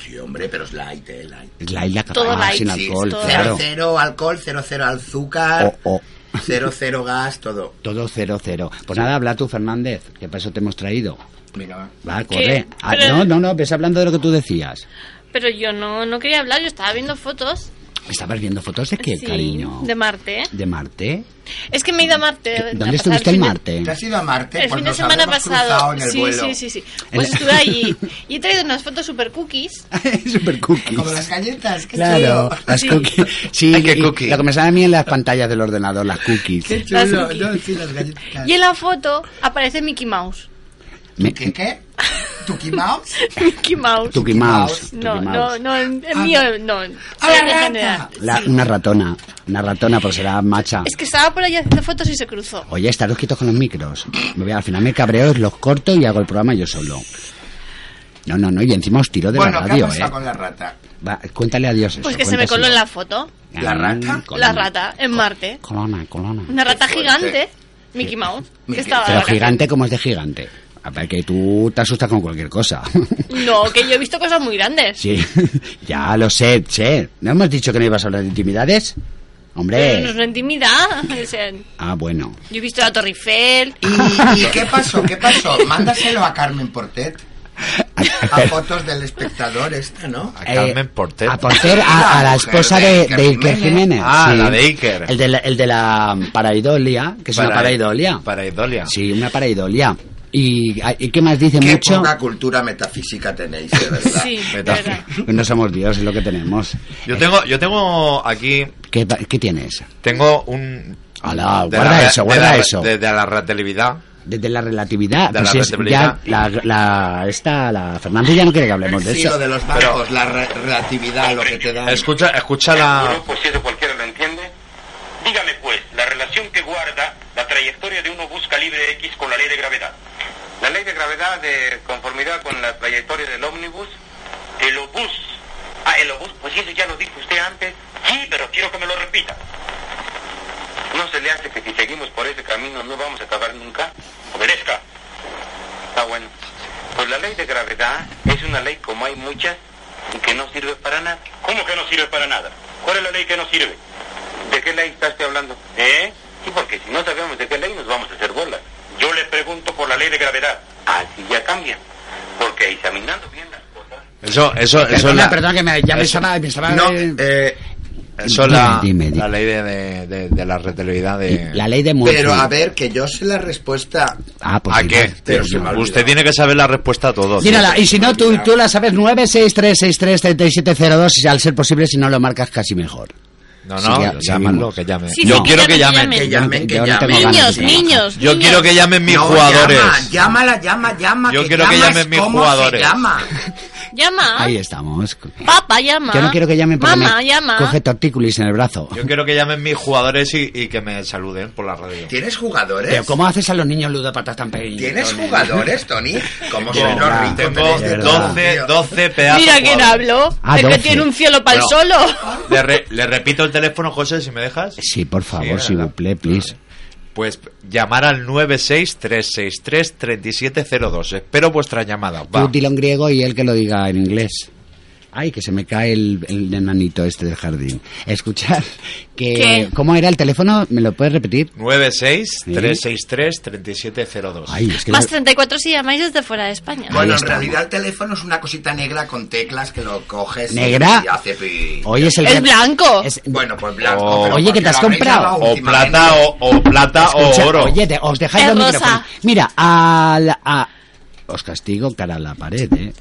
Sí, hombre, pero es light, eh, light. Es la isla Todo cazalla light, sin sí, alcohol, todo claro. Cero, cero alcohol, cero, cero azúcar, Oh, oh. cero, cero gas, todo. Todo cero, cero. Pues nada, habla tú, Fernández, que para eso te hemos traído. Venga, va. Va, corre. Ah, Pero- no, no, no, ves hablando de lo que tú decías. Pero yo no, no quería hablar, yo estaba viendo fotos. ¿Estabas viendo fotos de qué, Sí, cariño? De Marte. ¿eh? ¿De Marte? Es que me he ido a Marte. eh, a pasar ¿Dónde estuviste el el fin de- Marte? ¿Te has ido a Marte? El Pues fin de nos semana habremos cruzado pasado. En el Sí, vuelo. sí, sí, sí. Pues En- estuve allí y he traído unas fotos super cookies. Super cookies. Como las galletas, qué Claro, chulo. las Sí. cookies. Sí, Ay, qué y- cookie. lo que me sale a mí en las pantallas del ordenador, las cookies. Qué Las chulo. cookies. Yo sí, las galletas. Y en la foto aparece Mickey Mouse. Me- ¿Qué qué? ¿Tuki Mouse? Mickey Mouse. Tuki Mouse. No, Tuki no, Mouse. no, el Ah, mío no. Hola, en rata. general. La- una ratona. Una ratona, pues será macha. Es que estaba por allí haciendo fotos y se cruzó. Oye, estaros quitos con los micros. Me voy, al final me cabreo, los corto y hago el programa yo solo. No, no, no, y encima os tiró de bueno, la ¿qué radio, ha pasado eh. con la rata? Va, cuéntale adiós eso. Pues que se me coló en la foto. ¿La rata? La rata, en Marte. Colona, colona. Una rata fuerte. gigante. Mickey Mouse. Que Mickey. estaba Pero loca. gigante como es de gigante. A ver, que tú te asustas con cualquier cosa. No, que yo he visto cosas muy grandes. sí, ya lo sé, sé. ¿No hemos dicho que no ibas a hablar de intimidades? Pero no es Hombre. una intimidad. O sea, yo Ah, bueno. he visto la Torre Eiffel. ¿Y, y qué pasó? ¿Qué pasó? Mándaselo a Carmen Portet. A fotos del espectador esta, ¿no? A Carmen Eh, Porter. A Porter, a, a la La esposa mujer de Iker de, de Iker Jiménez. Jiménez. Ah, la de Iker. El de la, el de la paraidolia, que es una Para- paraidolia. Paraidolia. Sí, una paraidolia. ¿Y, ah, y qué más dice Qué mucho? poca cultura metafísica tenéis, de verdad. Sí, de Verdad. verdad. No somos Dios, es lo que tenemos. Yo tengo, yo tengo aquí, ¿Qué, pa- qué tienes? tengo un... Ala, de guarda la- eso, de guarda la- eso. De, de la relatividad. Desde la relatividad. De pues la si es- relatividad. ya la, la- esta, la Fernanda ya no quiere que hablemos de Sí, eso. lo de los barcos, la re- relatividad, lo que te dan. Escucha, escucha la... Seguro, pues si eso cualquiera lo entiende. Dígame pues, la relación que guarda la trayectoria de uno busca libre X con la ley de gravedad. La ley de gravedad de conformidad con la trayectoria del ómnibus, el obús. Ah, el obús, pues eso ya lo dijo usted antes. Sí, pero quiero que me lo repita. ¿No se le hace que si seguimos por ese camino no vamos a acabar nunca? Obedezca. Está Ah, bueno. Pues la ley de gravedad es una ley como hay muchas y que no sirve para nada. ¿Cómo que no sirve para nada? ¿Cuál es la ley que no sirve? ¿De qué ley estás hablando? ¿Eh? Sí, porque si no sabemos de qué ley nos vamos a hacer bolas. Yo le pregunto por la ley de gravedad. Así ya cambia. Porque examinando bien las cosas... Eso, eso, eso Perdona, la- perdona, que me, ya me eso- sonaba- me sonaba No, de- eh, eso Dime, la, dime, dime. la ley de, de, de- de la relatividad de... la ley de Murphy. Pero a ver, que yo sé la respuesta. Ah, pues ¿A sí, qué? no, Pero no. se me ha olvidado. Usted tiene que saber la respuesta a todo. tío. Mírala, y si no, tú, tú la sabes, 963633702, y al ser posible, si no lo marcas casi mejor. No, Sí, no, ya- ya llámalo, vimos. que llame. Sí, Yo sí, quiero que llamen. Que llamen, que Yo no llamen. tengo ganas. de Niños, trabajar. niños. Yo quiero que llamen mis No, jugadores. Llama, llama, llama, llama. Yo que quiero que llamas, llamen mis ¿cómo jugadores. Se llama? Llama. Ahí estamos. Papá, llama. Yo no quiero que llamen porque Mamá, me llama. coge tortícolis en el brazo. Yo quiero que llamen mis jugadores y, y que me saluden por la radio. ¿Tienes jugadores? Pero ¿cómo haces a los niños ludopatas tan pequeños? ¿Tienes jugadores, Tony? ¿Cómo Tengo- sois los ricos? tengo tenéis de todo, 12, tío. 12 pedazos. Mira quién jugadores. habló. Ah, el que doce. tiene un cielo para el Bueno. solo. Le, re- le repito el teléfono, José, si me dejas. Sí, por favor, Sí, si ¿verdad? vous plaît, please. Pues llamar al 963633702. Espero vuestra llamada. Va. Tú dilo en griego y él que lo diga en inglés. Ay, que se me cae el, el enanito este del jardín. Escuchar que... ¿Qué? ¿Cómo era el teléfono? ¿Me lo puedes repetir? 963633702. Ay, es que... Más lo- 34 si llamáis desde fuera de España. Ahí Bueno, en estamos. realidad el teléfono es una cosita negra con teclas que lo coges y- ¿Negra? y hace pi. Hoy es el... Es que- blanco. es- Bueno, pues blanco. Oh. pero Oye, porque que te has lo habréis comprado. llamado O últimamente. plata o, o plata Escucha, o oro. Oye, te- os dejáis Es los Eh, rosa. micrófonos. Mira, al- a- os castigo cara a la pared, ¿eh?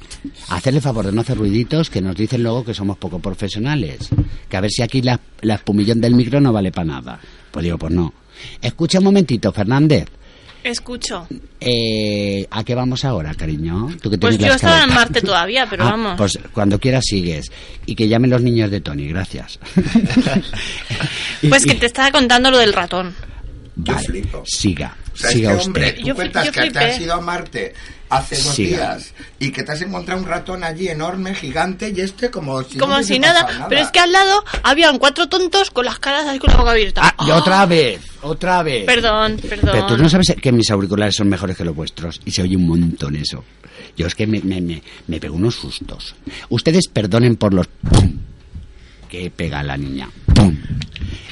Hacerle favor de no hacer ruiditos que nos dicen luego que somos poco profesionales. Que a ver si aquí la, la espumillón del micro no vale para nada. Pues digo, pues no. Escucha un momentito, Fernández. Escucho. Eh, ¿A qué vamos ahora, cariño? Tú que Pues tienes yo las estaba en cabezas. Marte todavía, pero Ah, vamos. Pues cuando quieras sigues. Y que llamen los niños de Tony, gracias. Y- Pues que y- te estaba contando lo del ratón. Yo vale, flipo. Siga, O sea, siga este usted. hombre, tú Yo fli- cuentas yo que te flipé. has ido a Marte hace dos Siga. días y que te has encontrado un ratón allí enorme, gigante, y este como si no Como hubiese si nada, pasado Pero es que al lado habían cuatro tontos con las caras ahí con la boca abierta. Ah, y Ah, otra vez, otra vez. Perdón, perdón. Pero tú no sabes que mis auriculares son mejores que los vuestros y se oye un montón eso. Yo es que me, me, me, me pego unos sustos. Ustedes perdonen por los pum que pega la niña. Pum.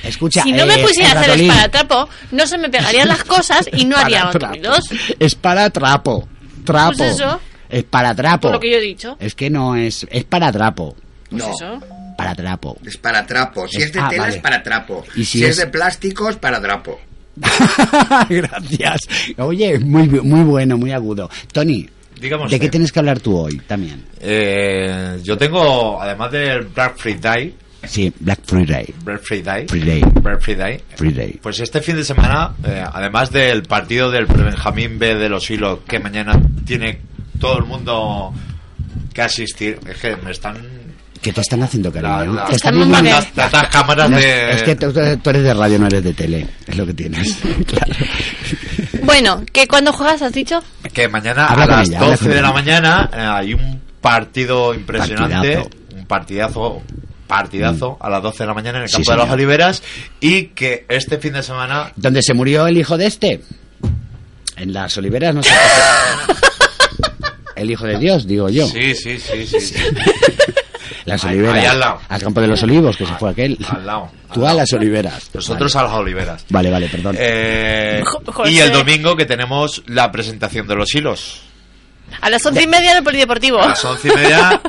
Escucha, si no me eh, pusiera a hacer ratolín. esparatrapo, no se me pegarían las cosas y no haría Esparatrapo. ruidos. Es para trapo. Trapo. Pues eso. Es para trapo. Por lo que yo he dicho. Es que no es. Es para trapo. Pues No. eso. Para trapo. Es para trapo. Si Es- es de ah, tela, vale. es para trapo. Y si si es... es- de plástico, es para trapo. Gracias. Oye, muy, bu- muy bueno, muy agudo. Tony, Dígame ¿de usted. qué tienes que hablar tú hoy también? Eh, yo tengo, además del Black Friday, Sí, Black Friday. Black Friday, Friday. Black Friday, Friday. Pues este fin de semana, eh, además del partido del Benjamín B de los hilos, que mañana tiene todo el mundo que asistir, es que me están... ¿Qué te están haciendo, cariño? La- la- Te están Estamos viendo- mal. Las, las- las cámaras No, de... Es que tú, tú eres de radio, no eres de tele. Es lo que tienes. Claro. Bueno, que cuando juegas has dicho? Que mañana Habla a con las ella, habla 12 con de la ella. mañana eh, hay un partido impresionante, Partidazo. Mm. un partidazo partidazo a las 12 de la mañana en el Sí, campo de las señor. Oliveras y que este fin de semana ¿Dónde se murió el hijo de este? En las oliveras, no sé. el hijo de Dios, digo yo. sí, sí, sí, sí, sí. Las Ahí- oliveras. ahí al lado. Al campo de los olivos, que se fue aquel. al lado, al Tú a lado. las oliveras. Nosotros vale. a las Oliveras. Vale, vale, perdón. Eh, Jo- José. y el domingo que tenemos la presentación de los hilos. A las once y media en el polideportivo. Oh. A las once y media.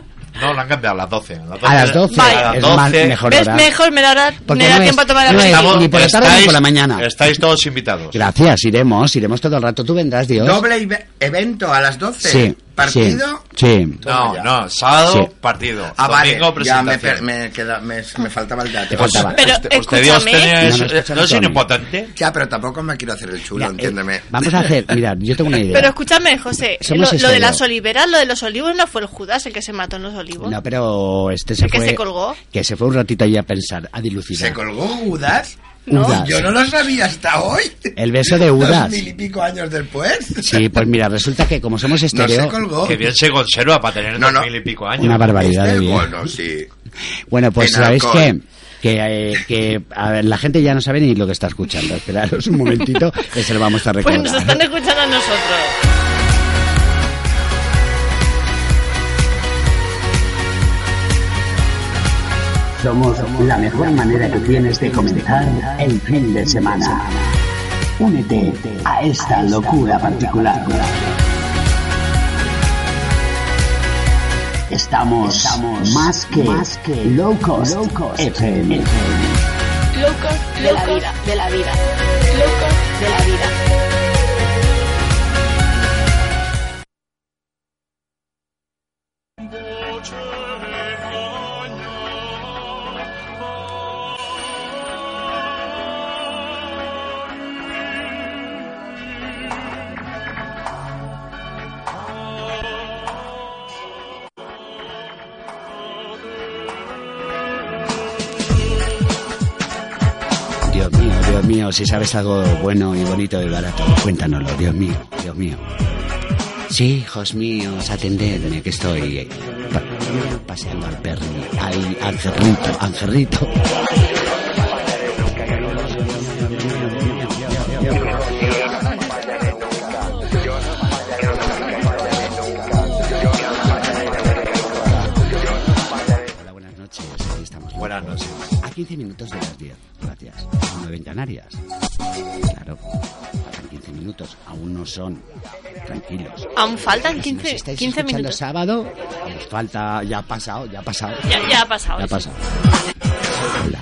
No, la han cambiado a las 12. A las 12. a las 12. Vale. A las Es 12. más- mejor ¿Ves? hora. Mejor me da, hora- Porque me da no es- tiempo a tomar el no es- aperitivo. ni por la tarde ni por la mañana. Estáis todos invitados. Gracias, iremos, iremos todo el rato. Tú vendrás, Dios. Doble ive- evento a las 12. Sí. Partido. Sí. sí. No, Toma ya. no, sábado Sí. partido. Ah, vale. domingo Ya presentación. me, Pues, este, per- me, queda- me, me faltaba el dato. Te faltaba. Pero Usted- usted, Dios, escúchame. tiene- No, no, es- escúchame, no es Tony. inimpotente. Ya, pero tampoco me quiero hacer el chulo, Mira, eh, entiéndeme. vamos a hacer, mirad, yo tengo una idea. Pero escúchame, José. Lo, Somos lo de estéreo. las oliveras, lo de los olivos, ¿no fue el Judas el que se mató en los olivos? No, pero este se ¿El que fue. se colgó? Que se fue un ratito ahí a pensar, a dilucidar. ¿Se colgó Judas? ¿no? Udas. Yo no lo sabía hasta hoy. El beso de Dos Judas. mil y pico años después. Sí, pues mira, resulta que como somos No estéreo. se colgó. Que bien se conserva para tener No, dos no. mil y pico una años. barbaridad de Este, bien. Bueno, sí. Bueno, pues En sabéis que, alcohol. que, eh, que a ver, la gente ya no sabe ni lo que está escuchando. Esperaros un momentito, que se lo vamos a Pues recordar. nos están escuchando a nosotros. Somos la mejor manera que tienes de comenzar el fin de semana. Únete a esta locura particular. Estamos, más, que low cost, FM. De la vida, de la vida. de la vida. Dios mío, Dios mío, si sabes algo bueno y bonito y barato, cuéntanoslo, Dios mío, Dios mío. Sí, hijos míos, atendedme que estoy eh, pa- paseando al perro, al, al cerrito, al cerrito. Hola, buenas noches, aquí estamos. Buenas noches. A 15 minutos de las 10. Gracias. 9 en Canarias. Claro. Faltan 15 minutos. Aún no son. Tranquilos. Aún faltan Pero si nos 15 estáis 15 escuchando minutos. sábado, os falta. Ya ha pasado, ya ha pasado. Ya, ya ha pasado. Ya ha eso. pasado. Hola.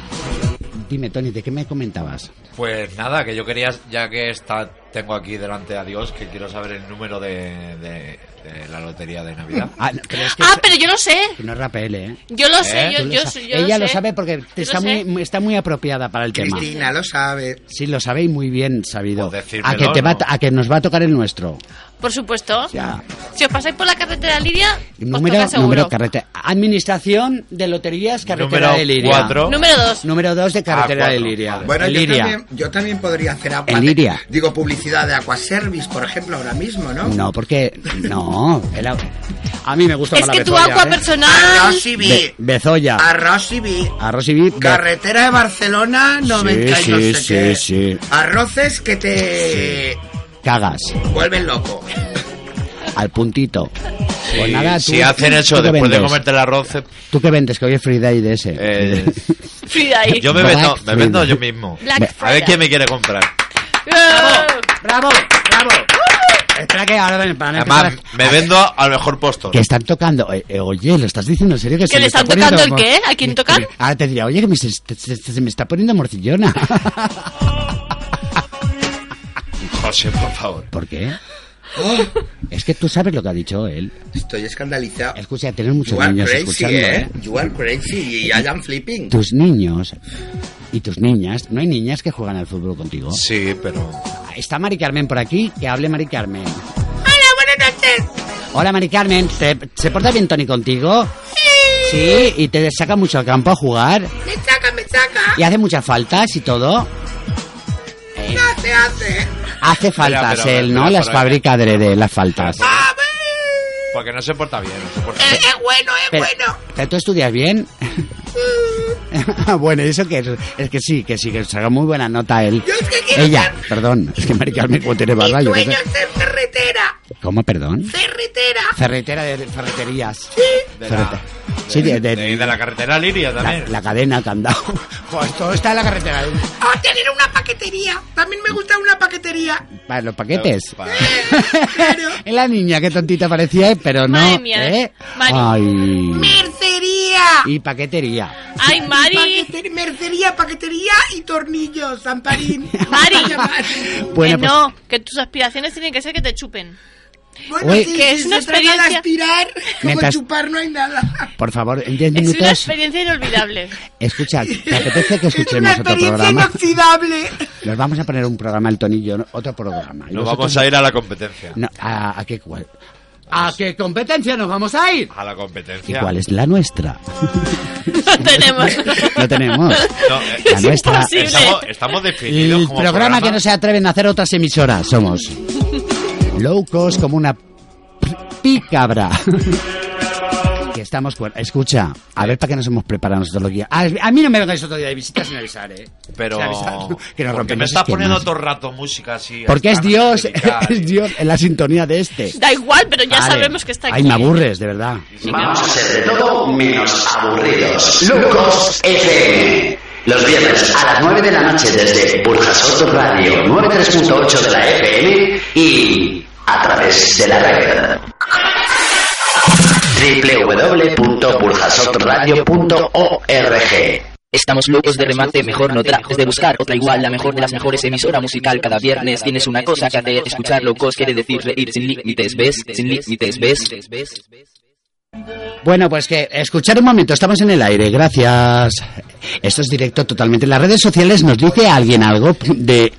Dime, Tony, ¿de qué me comentabas? Pues nada, que yo quería, ya que está, tengo aquí delante a Dios, que quiero saber el número de, de- de la lotería de Navidad. Ah, no, pero es que, Ah, pero yo lo sé. que no es rapel, ¿eh? Yo lo sé. ¿Eh? Yo, Tú lo yo, sa- sé, yo Ella lo, sé. sabe porque Yo está lo sé. muy, está muy apropiada para el tema. Cristina lo sabe. Sí, lo sabéis muy bien sabido. Pues decírmelo, a que te va, ¿no? a que nos va a tocar el nuestro. Por supuesto. Ya. Si os pasáis por la carretera Lidia, os Número, Pues toca seguro. número carretera. Administración de Loterías Carretera Número de Liria. cuatro. Número dos. Número 2 de Carretera Ah, de cuatro, Liria. vale. Bueno, En yo Liria. también, yo también podría hacer agua. En Liria. Digo, publicidad de Aquaservice, por ejemplo, ahora mismo, ¿no? No, porque. No. el agua- a mí me gusta Es más que la tu Bezoya, agua ¿eh? personal. Arroz y vi. Be- Bezoya. Arroz y vi. Arroz y bif. be- Carretera de Barcelona 90 y no Ah, sí, sé sí, qué. sí. Arroces que te Cagas. vuelven loco. Al puntito. Si- Pues nada, tú- si hacen tú eso qué después de vendes. comerte el arroz, ¿Tú qué vendes? Que hoy es Friday de ese. eh, Frida ahí. yo me Black vendo, me Friday. vendo yo mismo. Black A ver Friday. quién me quiere comprar. ¡Bravo! ¡Bravo! ¡Bravo! Uh. Espera que ahora van van a empezar Además, a- me vendo al mejor postor. Que están tocando. eh, eh, oye, ¿lo estás diciendo en serio? Que, se ¿Que le me está están tocando poniendo el qué? mor- ¿A quién tocan? Ahora ah, te diría, oye, que me se, se- se- se me está poniendo morcillona. José, por favor. ¿Por qué? Oh, Es que tú sabes lo que ha dicho él. estoy escandalizado. Escucha, tener muchos You are niños crazy, escuchando, eh. ¿eh? You are crazy y I am flipping. Tus niños y tus niñas. No hay niñas que juegan al fútbol contigo. Sí, pero. Está Mari Carmen por aquí. Que hable Mari Carmen. Hola, buenas noches. Hola, Mari Carmen. ¿Te- ¿Se porta bien Tony contigo? Sí. ¿Y te saca mucho al campo a jugar? Me saca, me saca. ¿Y hace muchas faltas y todo? Eh. No se hace. Hace faltas Espera, espera, él, espera, ¿no? espera, las espera. Ah, fabrica adrede, las faltas. ¡A ver! Porque no se porta bien. no se porta Es, bien. es bueno, es Pero, bueno. Mm. ¿pero ¿Tú estudias bien? Ah, bueno, ¿y eso que es, es que sí, que sí, que saca muy buena nota él. Yo es que quiero Ella, perdón, es que Mari Carmen como tiene barba, Mi yo qué sueño sé. es ser ferretera. ¿Cómo, perdón? Ferretera. Ferretera de ferreterías. De Ferrete- la, Sí, de, de- de- de la carretera Liria la, también. la cadena que han dado. Joder, todo está en la carretera. ¿eh? A tener una paquetería. También me gusta una paquetería. Para los paquetes. Pa- Es la niña, qué tontita parecía, eh, pero no. Madre mía, ¿eh? Mari. Ay. Mercería. Y paquetería. ¡Ay, Mari! Paquete- mercería, paquetería y tornillos, Zamparín. Mari. Vaya madre. Bueno, pues- que no, que tus aspiraciones tienen que ser que te chupen. Bueno, Uy. sí, Que es si una se trata de experiencia- aspirar, como Mientras- chupar no hay nada. Por favor, en 10 Es una minutos, experiencia inolvidable. escucha, ¿te apetece que Es una escuchemos otro experiencia programa? inoxidable. Nos vamos a poner un programa el tonillo, ¿no? otro programa. Y Nos vosotros- vamos a ir a la competencia. No, ¿a, a qué cuál? ¿A qué competencia nos vamos a ir? A la ¿Y competencia. cuál es la nuestra? No tenemos. No tenemos. No, eh, La nuestra. imposible. Estamos, estamos El definidos programa, como que no se atreven a hacer otras emisoras somos. Low cost como una p- pícabra. Que estamos. cuer- Escucha, a ver para qué nos hemos preparado nosotros los guías. A, a mí no me vengáis otro día de visita sin avisar, ¿eh? Pero Sin avisar, que nos ¿por qué rompen me los estás poniendo esquemas. todo el rato música así. Porque es hasta Dios, angelical? es Dios en la sintonía de este. Da igual, pero ya Vale. sabemos que está aquí. Ay, me aburres, de verdad. Vamos a ser de todo menos aburridos. Lucos FM. Los viernes a las 9 de la noche desde Burjasot Radio 93.8 de la FM y a través de la red www.burjasotradio.org Estamos locos de remate, mejor no trates de buscar otra igual, la mejor de las mejores emisora musical. Cada viernes tienes una cosa que hacer, escuchar locos quiere decir reír sin límites, ¿ves? Sin límites, ¿ves? Bueno, pues que escuchar un momento, estamos en el aire, gracias. Esto es directo totalmente. En las redes sociales nos dice alguien algo de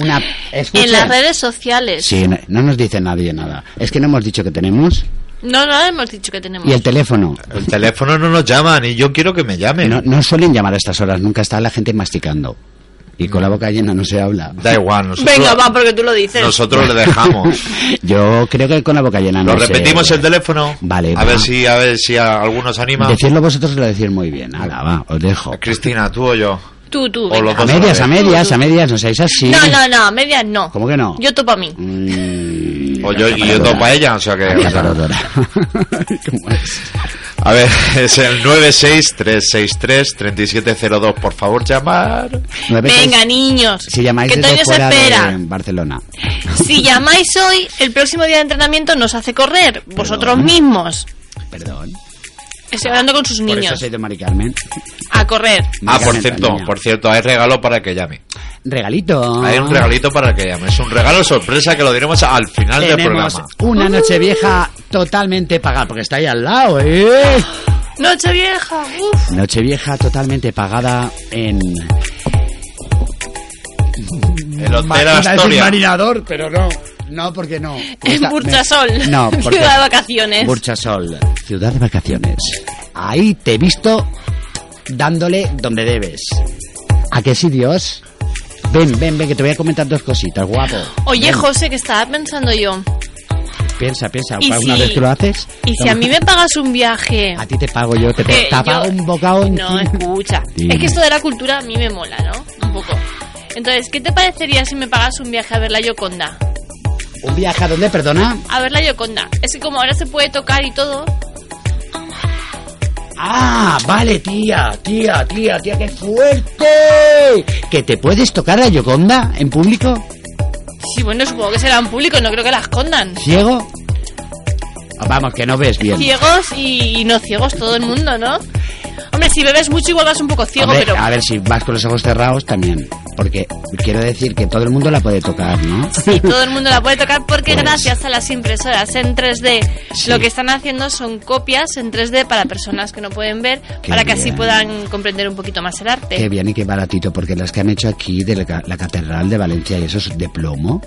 una... escucha. En las redes sociales. Sí, no- no nos dice nadie nada. Es que no hemos dicho que tenemos. No, no hemos dicho que tenemos. Y el teléfono. El teléfono no nos llaman y yo quiero que me llamen. No, no suelen llamar a estas horas, nunca está la gente masticando. Y con la boca llena no se habla. Da igual, nosotros, Venga, va, porque tú lo dices. nosotros le dejamos. Yo creo que con la boca llena Lo no se- repetimos el teléfono. Vale, A va. ver si, a ver si a- alguno se anima. Eh, Decirlo vosotros lo decís muy bien. Ahora, va, os dejo. Cristina, tú o yo. Tú, tú. O venga. los A dos medias, la a vez. medias, a medias, no seáis así. No, no, no, medias no. ¿Cómo que no? Yo topo a mí. Mm, O yo y yo topo a ella, o sea que. Había o sea, paradora. ¿Cómo es? a ver, es el 963633702. Por favor, llamar. Ah, Nueve, Venga, seis. niños. Si llamáis que desde Toño se fuera espera. de Barcelona. Si llamáis hoy, el próximo día de entrenamiento nos hace correr. Vosotros Perdón. mismos. Perdón. Estoy hablando con sus Por eso niños. soy de Mari Carmen. A correr. Ah, Mari por Carmen, cierto, niña. por cierto, hay regalo para que llame. Regalito. Hay un regalito para que llame. Es un regalo sorpresa que lo diremos al final del Tenemos programa. una noche vieja totalmente pagada, porque está ahí al lado, ¿eh? Noche vieja. Uf. Noche vieja totalmente pagada en... El Hotel Iba a decir Astoria. marinador, pero no. No, porque no. En Está- Burchasol. No, porque... Ciudad de vacaciones. Burchasol, ciudad de vacaciones. Ahí te he visto dándole donde debes. ¿A que sí, Dios? Ven, ven, ven, que te voy a comentar dos cositas, guapo. Oye, Ven, José, que estaba pensando yo. Piensa, piensa. ¿y ¿Para una si- vez que lo haces? Y si a mí me pagas un viaje. A ti te pago yo, te, que te yo- pago un bocado en... No, escucha. Dime. Es que esto de la cultura a mí me mola, ¿no? Un poco. Entonces, ¿qué te parecería si me pagas un viaje a ver la Yoconda? ¿Un viaje a dónde, perdona? A ver la Yoconda. Es que como ahora se puede tocar y todo, Ah, vale, tía, tía, tía, tía, qué fuerte. ¿Que te puedes tocar la Yoconda en público? sí, bueno, supongo que será en público, no creo que la escondan. ¿Ciego? Vamos, que no ves bien. Ciegos y, y no ciegos, todo el mundo, ¿no? Hombre, si bebes mucho igual vas un poco ciego, Hombre, pero... A ver, si vas con los ojos cerrados también. Porque quiero decir que todo el mundo la puede tocar, ¿no? Sí, todo el mundo la puede tocar porque Pues- gracias a las impresoras en 3D Sí. lo que están haciendo son copias en 3D para personas que no pueden ver Qué para que así bien. puedan comprender un poquito más el arte. Qué bien y qué baratito, porque las que han hecho aquí de la, ca- la Catedral de Valencia, y eso es de plomo,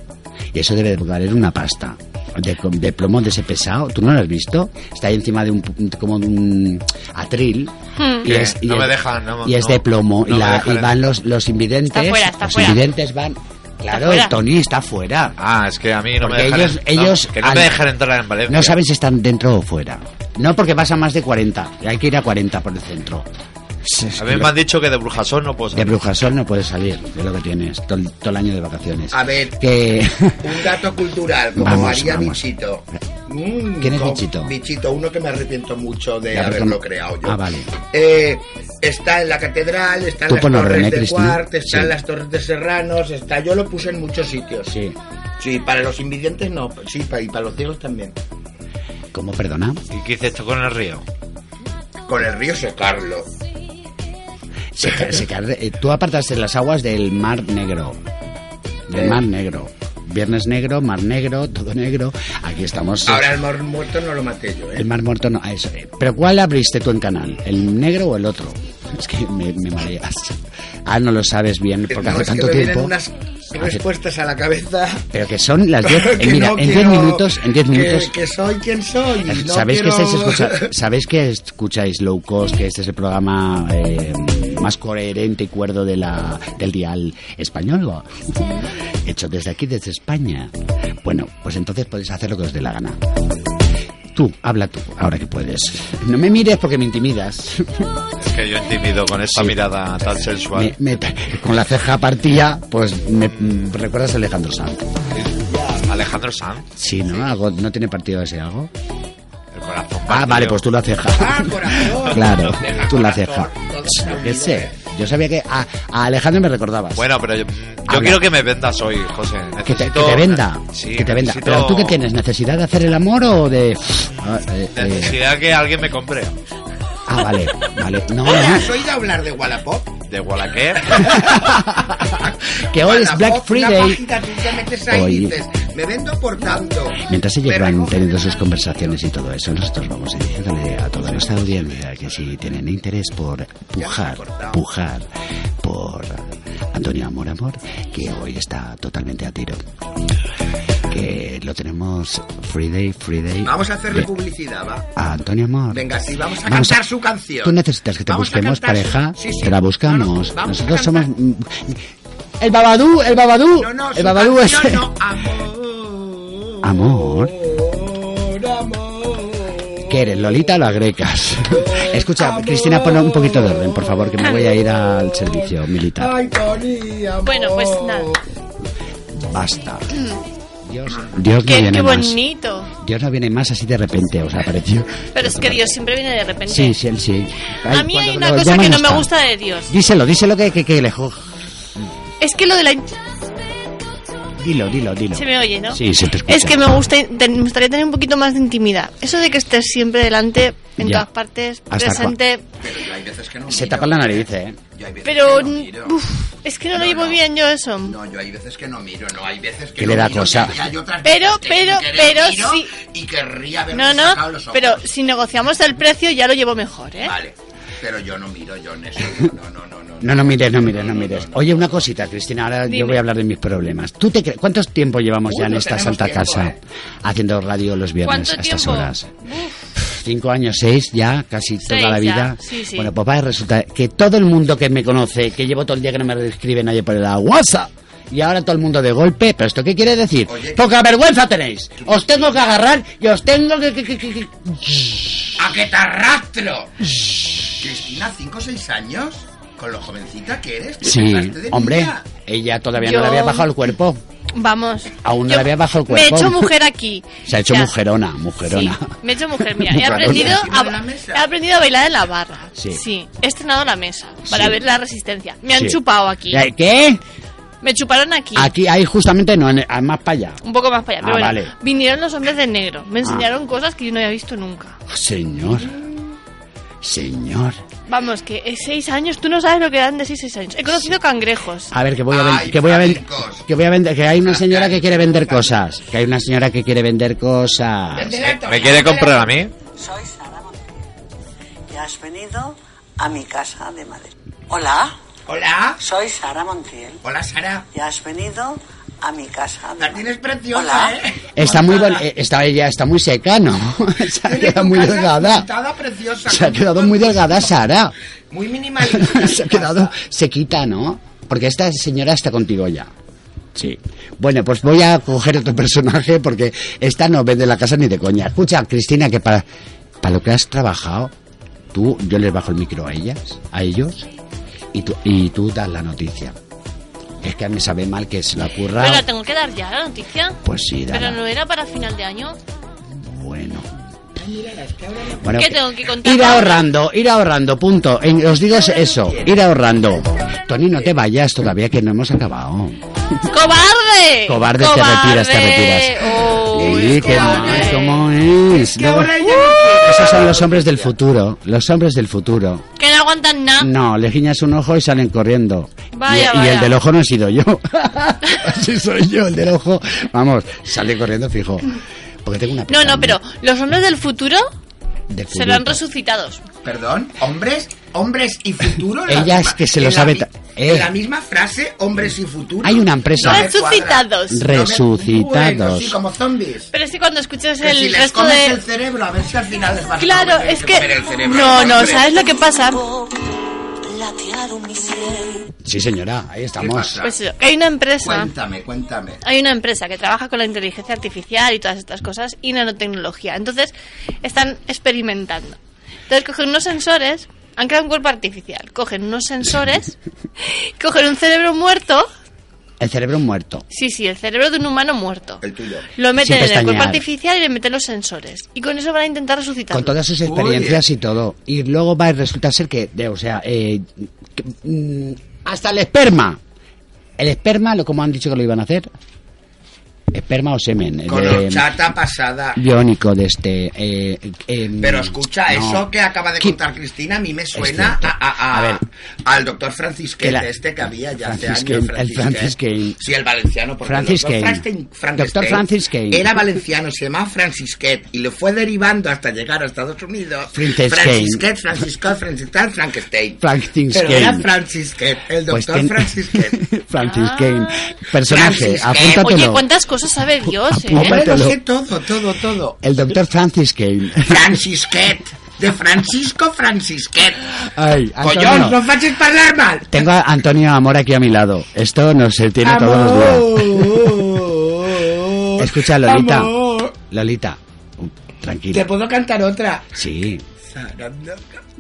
y eso debe de valer una pasta. De, com- de plomo de ese pesado, ¿tú no lo has visto? Está ahí encima de un, pu- como de un atril. Hmm. Que no me dejan, no, y es no, de plomo, no y, me la- dejan. y van los, los invidentes. Está fuera, está los fuera. invidentes van Claro, el Tony está fuera. Ah, es que a mí no Porque me dejan. ellos- en- ellos no, que no al- me dejan entrar en Valencia. No saben si están dentro o fuera. No porque pasa más de 40. y Hay que ir a 40 por el centro. Es A que mí me lo- han dicho que de Brujasón no puedo de salir. Brujasol no puedes salir. Es lo que tienes. Todo, el- todo el año de vacaciones. A ver, Que. un dato cultural, como Vamos, María vamos. Bichito. Mm, ¿Quién es como- Bichito? Bichito, uno que me arrepiento mucho de Ya, pero haberlo no- creado yo. Ah, vale. Eh, está en la catedral, está en Tú las ponlo, torres René de Cristina. Cuart, está Sí. en las torres de Serranos, está. Yo lo puse en muchos sitios. Sí. Sí, para los invidentes no, sí, para, y para los ciegos también. ¿Cómo, perdona? ¿Y qué hice esto con el río? Con el río secarlo. Se ca- se ca- eh, tú apartaste las aguas del Mar Negro. Del Eh. Mar Negro. Viernes Negro, Mar Negro, todo negro. Aquí estamos. eh, Ahora el mar muerto no lo maté yo, ¿eh? El Mar Muerto no. ah, eso, eh. Pero ¿cuál abriste tú en canal? ¿El negro o el otro? Es que me, me mareas. Ah, no lo sabes bien porque No, hace es que tanto me vienen tiempo. unas respuestas a la cabeza. Pero que son las 10. eh, que mira, no en 10 quiero- minutos. En 10 que- minutos. Que, soy quien soy. y no ¿Sabéis, quiero- que estáis escucha- ¿Sabéis que escucháis Low Cost? Que este es el programa eh, más coherente y cuerdo de la, del dial español. Hecho desde aquí, desde España. Bueno, pues entonces podéis hacer lo que os dé la gana. Tú, habla tú, ahora que puedes. No me mires porque me intimidas. Es que yo intimido con esta mirada Eh, tan sensual. Me- me- con la ceja partida, pues me mm, recuerdas a Alejandro Sanz. Alejandro Sanz, Sí, ¿no? Algo- ¿No tiene partido ese algo? el corazón. Ah, vale, pues tú la ceja. Ah, Claro, tú la ceja. Yo qué sé. Yo sabía que a, a Alejandro me recordabas. Bueno, pero yo, yo Habla. quiero que me vendas hoy, José. que, te, que Necesito- te venda. Sí, que te venda. necesito- Pero tú qué tienes, ¿necesidad de hacer el amor o de.? Ah, eh, eh, Necesidad que alguien me compre. ah, vale, vale. No, no. ¿Has oído hablar de Wallapop? ¿De Wallacare? Que hoy es Wallapop, Black Una Friday. página, tú te metes ahí Hoy- y dices, me vendo por tanto. Mientras ellos van teniendo sus conversaciones y todo eso, nosotros vamos diciéndole a toda nuestra audiencia que si tienen interés por pujar, pujar por Antonio Amor Amor, que hoy está totalmente a tiro. Que lo tenemos Friday, Friday. Ah, Vamos a hacerle de- publicidad, va. a Antonio Amor. Venga, sí, vamos a Vamos a- cantar su canción. Tú necesitas que te Vamos a busquemos cantar su- pareja, Sí, sí. te la No, buscamos. no, vamos a Nosotros somos. cantar- mm, El Babadú, el Babadú. No, no, el su Babadú es. canción no, amor. Amor. ¿Qué eres, Lolita o la grecas? Escucha, Cristina, pon un poquito de orden, por favor, que me voy a ir al servicio militar. Ay, Tony, amor. Bueno, pues nada. Basta. Dios, Dios no Qué, qué viene más. bonito. Dios no viene más así de repente, os apareció. Pero es que Dios siempre viene de repente. Sí, sí, él sí. Ay, A mí hay cuando una lo cosa llaman que no me está. gusta de Dios. Díselo, díselo que, que, que le jo- Es que lo de la... Dilo, dilo, dilo. Se me oye, ¿no? Sí, se te escucha. Es que me, gusta, te- me gustaría tener un poquito más de intimidad. Eso de que estés siempre delante, en Ya. todas partes, Hasta presente. Hay veces que no Se tapa la nariz, ¿eh? Yo hay veces Pero que no miro. uf, es que no, lo llevo bien yo eso. No, yo hay veces que no miro, no, hay veces que Que no le da miro, cosa. y hay otras Pero, veces que pero, sin querer pero miro sí. Y querría haber No, sacado no, los ojos. pero si negociamos el precio ya lo llevo mejor, ¿eh? Vale, pero yo no miro, yo en eso. No, no, no, no. No, no mires, no mires, no mires. Oye, una cosita, Cristina, ahora Dime. yo voy a hablar de mis problemas. ¿Tú te cre- ¿Cuántos tiempo llevamos Uy, ya en no esta tenemos santa tiempo, casa ¿eh? haciendo radio los viernes ¿Cuánto a estas tiempo? horas? Uf, Cinco años, seis ya, casi toda la ya, vida. sí, sí. Bueno, pues va a resultar que todo el mundo que me conoce, que llevo todo el día que no me escribe nadie por el WhatsApp, y ahora todo el mundo de golpe, ¿pero esto qué quiere decir? Oye. Poca vergüenza tenéis. Os tengo que agarrar y os tengo que... que- que- que- que- ¡A que te arrastro! Cristina, 5 o 6 años, con lo jovencita que eres, te Sí, pasaste de hombre, vida. ella todavía no Yo- le había bajado el cuerpo. vamos. Aún no Yo le había bajado el Me he cuerpo. hecho mujer aquí. Se ha hecho O sea, mujerona, mujerona. Sí, me he hecho mujer, mira. He Mujerona. aprendido, Encima de la a, mesa. he aprendido a bailar en la barra. Sí. Sí. He estrenado la mesa para Sí. ver la resistencia. Me han Sí. chupado aquí. Eh, ¿Qué? Me chuparon aquí. Aquí, ahí justamente no, en el- ah, más para allá. Un poco más para allá. Ah, Pero bueno, vale. Ah. vinieron los hombres de negro. Me enseñaron cosas que yo no había visto nunca. Oh, Señor. Señor. Vamos, que eh, seis años, tú no sabes lo que dan de seis, seis años. He conocido cangrejos. A ver, que voy a vender. Ay, Que voy a vender. flamencos. Que voy a vender. Que hay una señora que quiere vender cosas. Que hay una señora que quiere vender cosas. ¿Me quiere comprar a mí? Soy Sara Montero y has venido a mi casa de Madrid. Hola, Hola, soy Sara Montiel hola Sara. y has venido a mi casa de La Madrid. tienes preciosa, Hola. ¿eh? Está muy bon- eh, está ella está muy seca, ¿no? Se ha Tiene quedado tu muy casa delgada. pintada preciosa. Se ha quedado muy delgada Sara. Muy minimalista. Se ha quedado sequita, ¿no? Porque esta señora está contigo ya. Sí. Bueno, pues voy a coger otro personaje porque esta no vende la casa ni de coña. Escucha, Cristina, que para, para lo que has trabajado, tú, yo les bajo el micro a ellas, a ellos, y tú, y tú das la noticia. Es que a mí sabe mal que se la ocurra. Pero la tengo que dar ya la noticia. Pues sí, dala. Pero no era para final de año. Bueno. Bueno, ¿Qué tengo que contar? Ir ahorrando, ir ahorrando, punto. En- os digo eso, ir ahorrando. Tony, no te vayas todavía que no hemos acabado. ¡Cobarde! Oh, Cobarde, te retiras, te retiras. Sí, qué mal, ¿cómo es? Luego- Uh. esos son los hombres del futuro, los hombres del futuro. Que no aguantan nada. No, le guiñas un ojo y salen corriendo. Ah. Vaya, y, y vaya. el del ojo no he sido yo. Así soy yo, el del ojo. Vamos, sale corriendo fijo. Porque tengo una No, no, pero los hombres del futuro de serán culito. resucitados. Perdón, hombres, hombres y futuro. la Ellas misma- que se lo en la sabe mi- ta- eh. en La misma frase, hombres y futuro. Hay una empresa. No me cuadra. Resucitados. No me- Resucitados. Bueno, sí, como zombies. Pero es que cuando escuchas Que el si les resto comes de. el cerebro, a ver si al final les vas a Claro, comer, es que que. comer el cerebro a No, los no, hombres. ¿sabes lo que pasa? Sí, señora, ahí estamos. Pues eso, que hay una empresa. cuéntame. Hay una empresa que trabaja con la inteligencia artificial y todas estas cosas y nanotecnología. Entonces, están experimentando. Entonces, cogen unos sensores, han creado un cuerpo artificial, cogen unos sensores, cogen un cerebro muerto, El cerebro muerto. sí, sí, el cerebro de un humano muerto, El tuyo. lo meten en el cuerpo pestañear. artificial y le meten los sensores. Y con eso van a intentar resucitarlo. Con todas sus experiencias y todo. Y luego va a resultar ser que, de- o sea, eh, que, mm, hasta el esperma. El esperma, lo como han dicho que lo iban a hacer. Esperma o semen. el Con de- horchata pasada. biónico de este. eh, em, Pero escucha, no. eso que acaba de contar Cristina a mí me suena a, a- a- al doctor Francisquete, Que la- este que había ya hace años. Francis Kane, el Francis Kane. Sí, el valenciano. Porque Francis el doctor Kane. Frankenstein- Doctor Frankenstein Francis Kane. Era valenciano, se llamaba Francisquet y lo fue derivando hasta llegar a Estados Unidos. Francis Francisquet, Francisco, Francisco, Frankenstein. Francis Pero Kane. era Francisquet, el Pues doctor ten- Francisquet. Francis Kane. Personaje, Francis Kane. apúntatelo. Oye, cuántas cosas sabe Dios, Apú- ¿eh? apúntatelo. Yo lo sé todo, todo, todo. El doctor Francis Kane. Francisquet. De Francisco Francisquet. Ay, Collón, Antonio. no faches hablar mal. Tengo a Antonio Amor aquí a mi lado. Esto no se tiene todos los días. Escucha, Lolita. Amor. Lolita, um, ¿Te tranquila. puedo cantar otra? Sí.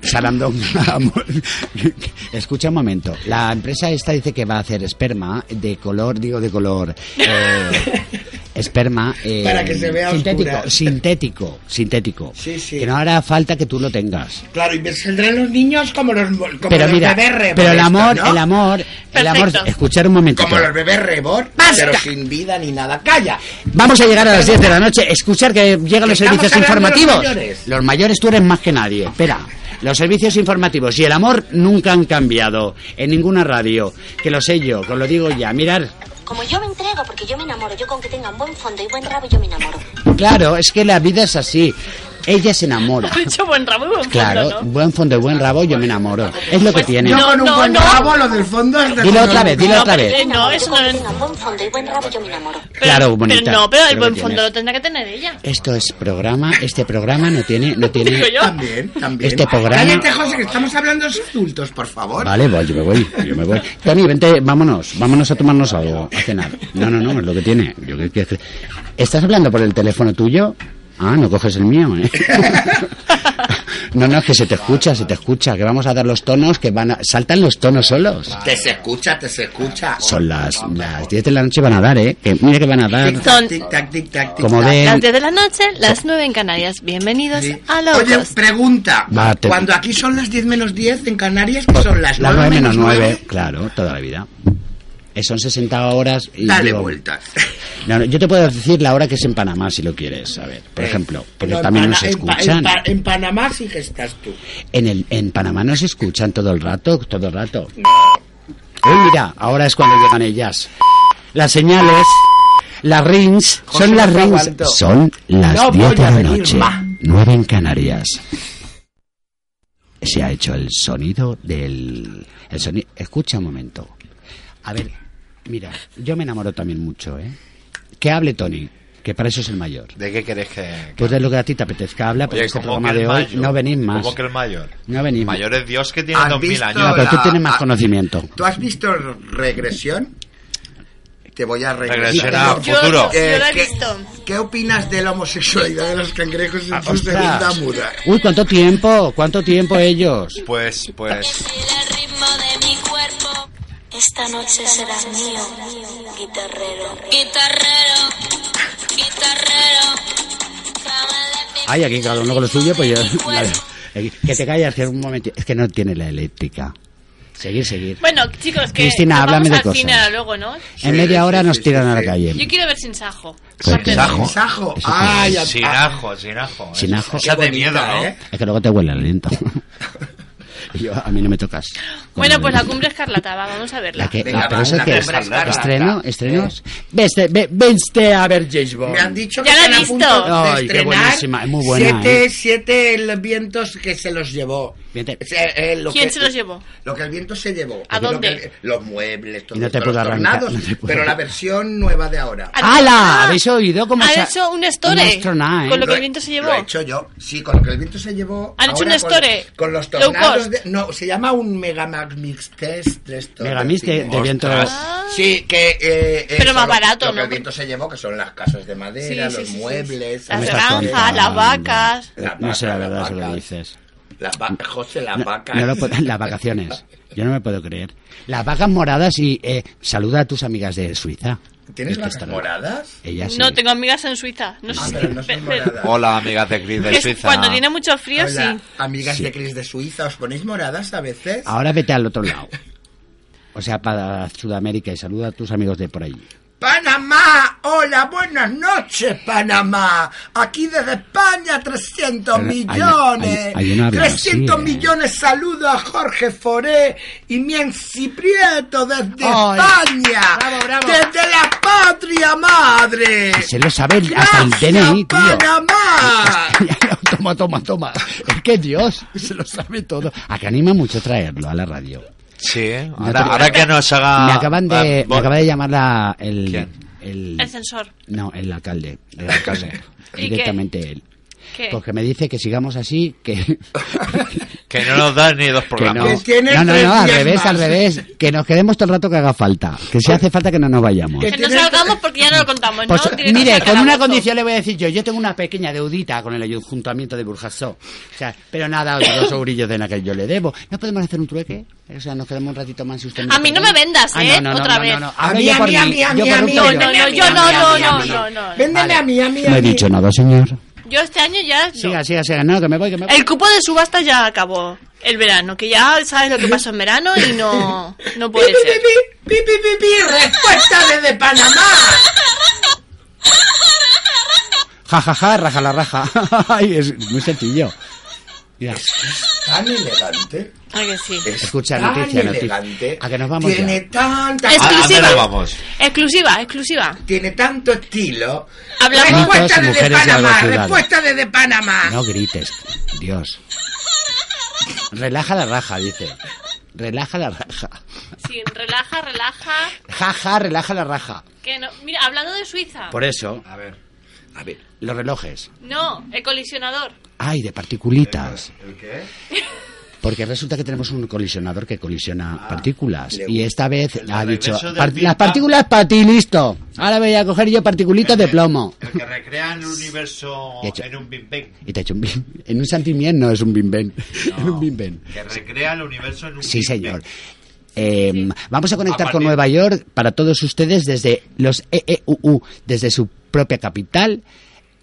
Sarandonga, amor. Escucha un momento. La empresa esta dice que va a hacer esperma de color, digo de color. eh, esperma. eh, Para que se vea sintético, oscura. sintético, sintético. Sí, sí. Que no hará falta que tú lo tengas. Claro, y me saldrán los niños como los, mo- como pero los mira, bebés rebor. pero el esto, amor, ¿no? el amor, el amor. Perfecto. Escuchar un momento. Como los bebés rebor, pero sin vida ni nada. ¡Calla! Vamos a llegar a las 10 de la noche. Escuchar que llegan los Estamos hablando servicios de los informativos. mayores. Los mayores tú eres más que nadie. Espera. Los servicios informativos y el amor nunca han cambiado en ninguna radio. Que lo sé yo, que os lo digo ya. Mirar, Como yo me entrego, porque yo me enamoro, yo con que tengan buen fondo y buen rabo, yo me enamoro. Eh, claro, es que la vida es así. Ella se enamora. Ha dicho buen ramo, buen fondo, Claro, ¿no? buen fondo y buen rabo, yo me enamoro. Es lo que tiene. Yo con un no, buen no. rabo, lo del fondo es de Dilo color. otra vez, dilo otra vez. Eh, no, eso no es... Buen fondo y buen rabo, yo me enamoro. Claro, bonita. Pero no, pero el creo buen que fondo tienes. lo tendrá que tener ella. Esto es programa, este programa no tiene, no tiene. También, también. Este programa- Cállate, José, que estamos hablando de adultos, por favor. Vale, voy, yo me voy, yo me voy. Tony, vente, vámonos, vámonos a tomarnos algo, a cenar. No, no, no, es lo que tiene. Yo qué- qué- qué- ¿Estás hablando por el teléfono tuyo? Ah, no coges el mío, ¿eh? No, no, es que se te escucha, se te escucha, que vamos a dar los tonos que van a... Saltan los tonos solos. Te se escucha, te se escucha. Son las, las 10 de la noche van a dar, ¿eh? Que, mira que van a dar... Tic-tac, tic-tac, tic-tac, Como tic-tac. ven- Las 10 de la noche, las 9 en Canarias. Bienvenidos a la Oye, pregunta. Va, te- Cuando aquí son las 10 menos 10, en Canarias que son las 9, Las 9 menos 9. 9, claro, toda la vida. Eh, Son 60 horas y... Dale digo, vueltas. No, no, yo te puedo decir la hora que es en Panamá si lo quieres, a ver, por Eh, ejemplo, porque No, en también Pana- nos en Pa- escuchan. En, Pa- en Panamá sí que estás tú. En, el, en Panamá nos escuchan todo el rato, todo el rato. Eh, mira, ahora es cuando llegan ellas. Las señales, las rings, José, son las no rings, aguanto. son las No 10 de voy a la venir noche, más. 9 en Canarias. Se ha hecho el sonido del... El soni- Escucha un momento. A ver, mira, yo me enamoro también mucho, ¿eh? Que hable Tony, que para eso es el mayor. ¿De qué querés que.? Pues de lo que a ti te apetezca habla, porque Oye, este ¿cómo que programa el de hoy mayor? no venís más. Ah, ¿Cómo que el mayor? No venís más. Mayor es Dios que tiene ¿Has 2000 visto años. No, pero tú la- tienes más a- conocimiento. ¿Tú has visto Regresión? te voy a Regresará regresar. al Yo- futuro. yo Eh, la he ¿qué- visto. ¿Qué opinas de la homosexualidad de los cangrejos en su Ah, ostras. segunda muda? Uy, ¿cuánto tiempo? ¿Cuánto tiempo ellos? Pues, pues. Esta noche serás mío, guitarrero. Guitarrero, guitarrero. Ay, aquí cada uno con lo suyo, pues yo... Vale. Eh, Que te callas, que un momento... Es que no tiene la eléctrica. Seguir, seguir. Bueno, chicos, que Cristina, nos háblame vamos de al cosas. cine ahora luego, ¿no? en media hora nos tiran a la calle. Yo quiero ver Sin Sajo. Pues, Aparte- Sajo. Sajo. Eso Ah, ya Sin ah, ajo, sin ajo. Sin Es- ajo. Esa Qué de bonita, miedo, ¿no? ¿eh? Es que luego te huele el aliento. Yo, a mí no me tocas. Bueno, pues la cumbre escarlata, va, vamos a verla. La que, Venga, la- pero va, eso una que compra escarlata. estreno, estrenos. Veste, ve, veste a ver James Bond. Me han dicho que Ya la están he a visto. punto de Ay, qué estrenar buenísima, es muy buena, Siete, ¿eh? siete los vientos que se los llevó. Vente. O sea, eh, lo ¿Quién que- se los llevó? Lo que el viento se llevó. ¿A Lo dónde? que- los muebles, todo No te esto, puedo los arrancar, tornados, no te puedo. Pero la versión nueva de ahora. ¡Hala! ¿Habéis oído cómo se Han Ah, hecho un un story astronaut, ¿eh? con lo que Lo el he- viento se llevó. Lo he hecho yo. Sí, con lo que el viento se llevó. Han ahora hecho un con- store. Con, los Low tornados. cost. de- no, se llama un Mega Mag Mix Test. de esto, Mega Mix de- de viento- Ah, Ostras. Sí, que. eh, eh, Pero más son lo- barato, lo ¿no? que el viento se llevó, que son las casas de madera, Sí, sí, los sí, sí. muebles. Las Me estás granjas, contando. las vacas. Eh, No sé la verdad si lo dices. Las vacas, José, las No, vacas. no lo puedo- las vacaciones. Yo no me puedo creer. Las vacas moradas y eh, saluda a tus amigas de Suiza. ¿Tienes Es que vacas están- moradas? Ellas sí. No, tengo amigas en Suiza. No Ah, sé si- pero no son pe- pe- moradas. Hola, amigas de Chris de es Suiza. Cuando tiene mucho frío, Hola, sí. Amigas Sí. Ah. de Cris de Suiza, ¿os ponéis moradas a veces? Ahora vete al otro lado. O sea, para Sudamérica y saluda a tus amigos de por allí. Panamá, hola, buenas noches, Panamá. Aquí desde España, 300 Pero hay- millones. hay- hay una habla así, 300 ¿eh? millones, saludo a Jorge Foré y Mien Ciprieto desde Ay. España. Bravo, bravo. Desde la patria madre. Se lo sabe el- hasta el DNI, tío. Panamá. toma, toma, toma. Es que Dios se lo sabe todo. A que anima mucho traerlo a la radio. Sí, ¿eh? No ahora, te- ahora que nos haga. me acaban de, Ah, me bo- acaba de llamar la, el, ¿Quién? el- El sensor. no, el alcalde. El alcalde. ¿Y Directamente él. ¿Qué? Porque me dice Pues que sigamos así, que, Que no nos dan ni dos que no. programas. Que tienen No, no, tres no, al días revés, más. al revés. Que nos quedemos todo el rato que haga falta. Que si hace falta que no nos vayamos. Que Pues Que no tiene- salgamos porque ya no lo contamos, ¿no? Pues, Directo mire, al con una calabozo. condición le voy a decir yo, yo tengo una pequeña deudita con el ayuntamiento de Burjasó. O sea, pero nada, oye, dos eurillos de la que yo le debo. ¿No podemos hacer un trueque? O sea, nos quedamos un ratito más si usted A mí no perdona. me vendas, Ah, ¿eh? no, no, no, Otra no, vez. no, no. A Hablo mí, yo a por mí, a mí, mí, a yo mí, por a un mí. No, rollo. no, no, yo no, no, no, no, no. no. Véndeme a mí, a mí, a No he mí. dicho nada, señor. Yo este año ya... no. Siga, siga, siga. No, que me voy, que me voy. El cupo de subasta ya acabó el verano, que ya sabes lo que pasó en verano y no, no Pi, puede pi, ser. pi, pi, pi, pi, pi, respuesta desde Panamá. Ja, ja, ja, raja la raja. Ay, es muy sencillo. Mira, Tan elegante. Ay, Ah, que sí. escucha, tan noticia, noticia. elegante. A que nos vamos Tiene ya. tanta. Es- ¿A Ah, dónde exclusiva. nos vamos? Exclusiva, exclusiva. Tiene tanto estilo. Hablamos- respuesta Notas, desde mujeres y Panamá. agrociudades. Respuesta desde Panamá. No grites, Dios. Relaja la raja, dice. Relaja la raja. Sí, relaja, relaja. Ja, ja, relaja la raja. Que no. Mira, hablando de Suiza. Por eso, A ver. A ver. los relojes. No, el colisionador. Ay, de particulitas. ¿El qué? Ah, Porque resulta que tenemos un colisionador que colisiona partículas. le- Y esta vez el ha dicho, regreso del "Par- Big las Bang". partículas para ti, listo. Ahora voy a coger yo particulitas de plomo. El que recrea el universo De hecho. en un Big Bang. Y te ha hecho un bim- En un santimien no es un bimben. En un bimben. Que recrea el universo en un Sí, Big señor. Bang. Eh, Vamos a conectar A con partir- Nueva York para todos ustedes desde los E EEUU, desde su propia capital.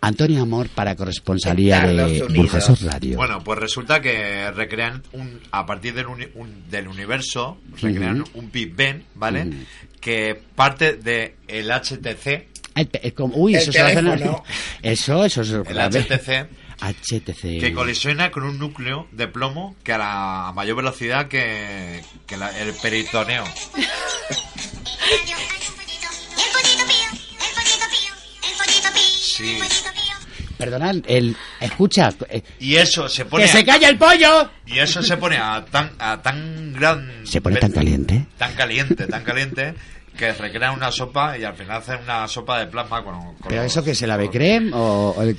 Antonio Amor para corresponsalía Estados de Unidos. Burjasos Radio. Bueno, pues resulta que recrean un, a partir del, uni- un- del universo, recrean Ujú. un Big Bang, ¿vale? Ujú. Que parte de el HTC, El pe- el com- uy, El eso se va a hacer- teléfono. Eso, eso es el grave. HTC, HTC. que colisiona con un núcleo de plomo que a la mayor velocidad que, que la- el peritoneo. Sí. Perdonad, el... Escucha. eh, Y eso se pone ¡Que se a, calla el pollo! y eso se pone a tan a tan gran Se pone tan caliente. tan caliente, tan caliente que recrean una sopa y al final hacen una sopa de plasma con, con ¿Pero los- eso que se la con ve los- creme o...? o el-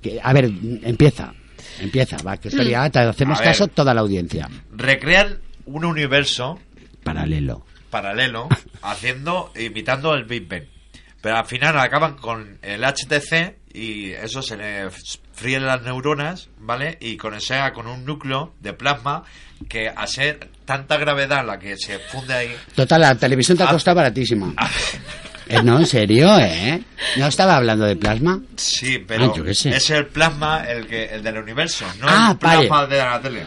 que- a ver, empieza. Empieza, va, que esto ya te hacemos Mm. A ver. caso toda la audiencia. recrean un universo Paralelo. paralelo haciendo imitando el Big Bang. Pero al final acaban con el HTC y eso se le fríen las neuronas, ¿vale? Y con esa, con un núcleo de plasma que a ser tanta gravedad la que se funde ahí. Total, la televisión Ah. te ha costado baratísima. Eh, no, en serio, ¿eh? ¿No estaba hablando de plasma? Sí, pero Ah, yo qué sé. es el plasma el que el del universo, no Ah, el plasma vale. de la tele.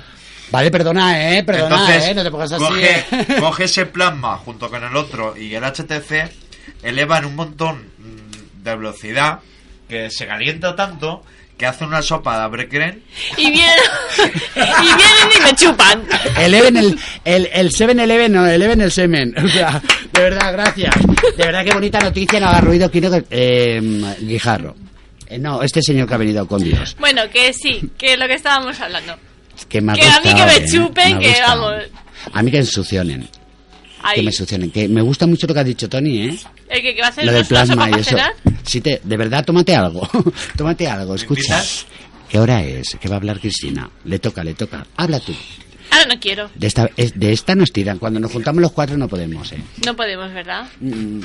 Vale, perdona, ¿eh? Perdona, ¿eh? No te pongas así. coge, ¿eh? coge ese plasma junto con el otro y el HTC, elevan un montón mm, de velocidad que se calienta tanto que hace una sopa de abrecren. Y vienen, y vienen y me chupan. Eleven el, el, el 7-Eleven, no, eleven el semen. O sea, de verdad, gracias. De verdad, qué bonita noticia, no haga ruido, quiero que... Eh, Guijarro. Eh, no, este señor que ha venido con Dios. Bueno, que sí, que lo que estábamos hablando. Que, me ha que a mí que gustado, me ¿eh? chupen, ha que gustado. vamos. A mí que ensucionen, que Ahí. me ensucionen. Que me gusta mucho lo que has dicho, Tony, ¿eh? El que, que va a hacer Lo del unos pasos plasma para y eso. cenar. Sí, te, de verdad, tómate algo. tómate algo, escucha. invitas? ¿Qué hora es? ¿Qué va a hablar Cristina? Le toca, le toca. Habla tú. Ahora no quiero. De esta, es- de esta nos tiran. Cuando nos juntamos los cuatro no podemos, ¿eh? No podemos, ¿verdad? Mm,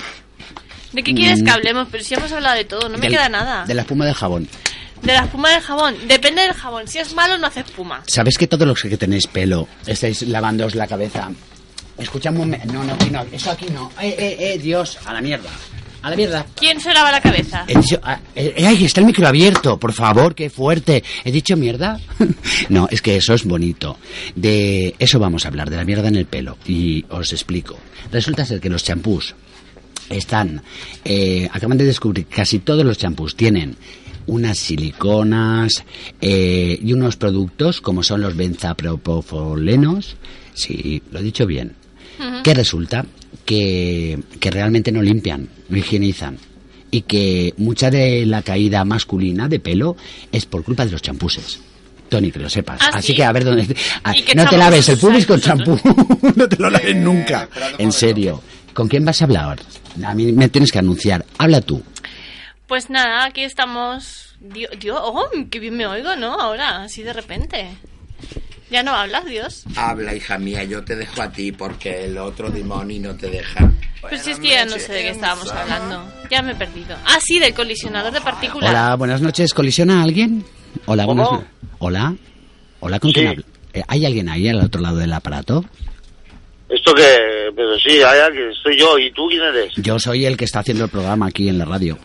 ¿De qué quieres Mm. que hablemos? Pero si hemos hablado de todo, no me del- queda nada. De la espuma de jabón. De la espuma del jabón. Depende del jabón. Si es malo, no hace espuma. ¿Sabéis que todos los que tenéis pelo estáis lavándoos la cabeza? Escucha un momen- No, no, aquí no. Eso aquí no. Eh, eh, eh, Dios. A la mierda. A la mierda. ¿Quién se lava la cabeza? He dicho, ah, eh, eh, ay, está el micro abierto, por favor, qué fuerte. ¿He dicho mierda? no, es que eso es bonito. De eso vamos a hablar, de la mierda en el pelo. Y os explico. Resulta ser que los champús están, eh, acaban de descubrir, casi todos los champús tienen unas siliconas eh, y unos productos como son los benzapropofolenos. Sí, lo he dicho bien. Que resulta que, que realmente no limpian, no higienizan. Y que mucha de la caída masculina de pelo es por culpa de los champuses. Tony, que lo sepas. ¿Ah, Así sí? que a ver dónde. Ah, ¿Y qué no te champús laves el pubis usáis con champú. no te lo laves nunca. En serio. ¿Con quién vas a hablar? A mí me tienes que anunciar. Habla tú. Pues nada, aquí estamos. Dios, Dios, oh, qué bien me oigo, ¿no? Ahora, así de repente. Ya no hablas, Dios. Habla, hija mía, yo te dejo a ti porque el otro demonio no te deja. Pues si es que ya no sé de qué estábamos hablando. Ya me he perdido. Ah, sí, del colisionador de partículas. Hola, buenas noches. ¿Colisiona alguien? Hola, buenas ¿Cómo? no- Hola. Hola, ¿con quién hablo? Eh, ¿Hay alguien ahí al otro lado del aparato? Esto que, pero sí, hay alguien, soy yo, ¿y tú quién eres? Yo soy el que está haciendo el programa aquí en la radio.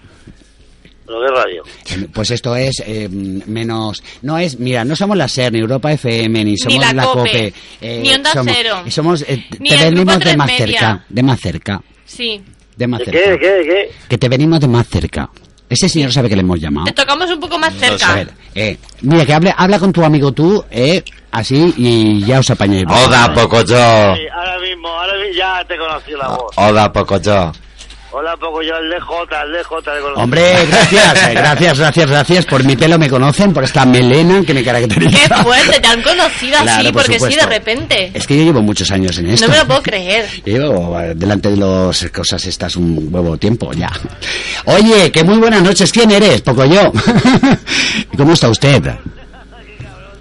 Lo de radio. Eh, Pues esto es eh, menos. No es. Mira, no somos la SER, ni Europa FM, ni somos la la, COPE, COPE. Eh, ni Onda somos, Cero. Somos, eh, Ni te el Grupo venimos de Tres más Media. cerca. De más cerca. Sí. De más ¿De cerca. qué, qué, qué? Que te venimos de más cerca. Ese señor sabe que le hemos llamado. Te tocamos un poco más cerca. A ver, eh, mira, que hable, habla con tu amigo tú, eh, así y ya os apañáis. Hola, Pocoyo. Sí, ahora mismo, ahora mismo, ya te conocí la voz. Hola, Pocoyo. Hola, poco yo, el DJ, el DJ, te conocí. Hombre, gracias, eh, gracias, gracias, gracias. Por mi pelo me conocen, por esta melena que me caracteriza. Qué fuerte, te han conocido así, Claro, por porque sí, de supuesto. repente. Es que yo llevo muchos años en esto. No me lo puedo creer. Llevo eh, delante de las cosas estas un huevo tiempo ya. Oye, que muy buenas noches. ¿Quién eres? Poco yo. ¿Cómo está usted?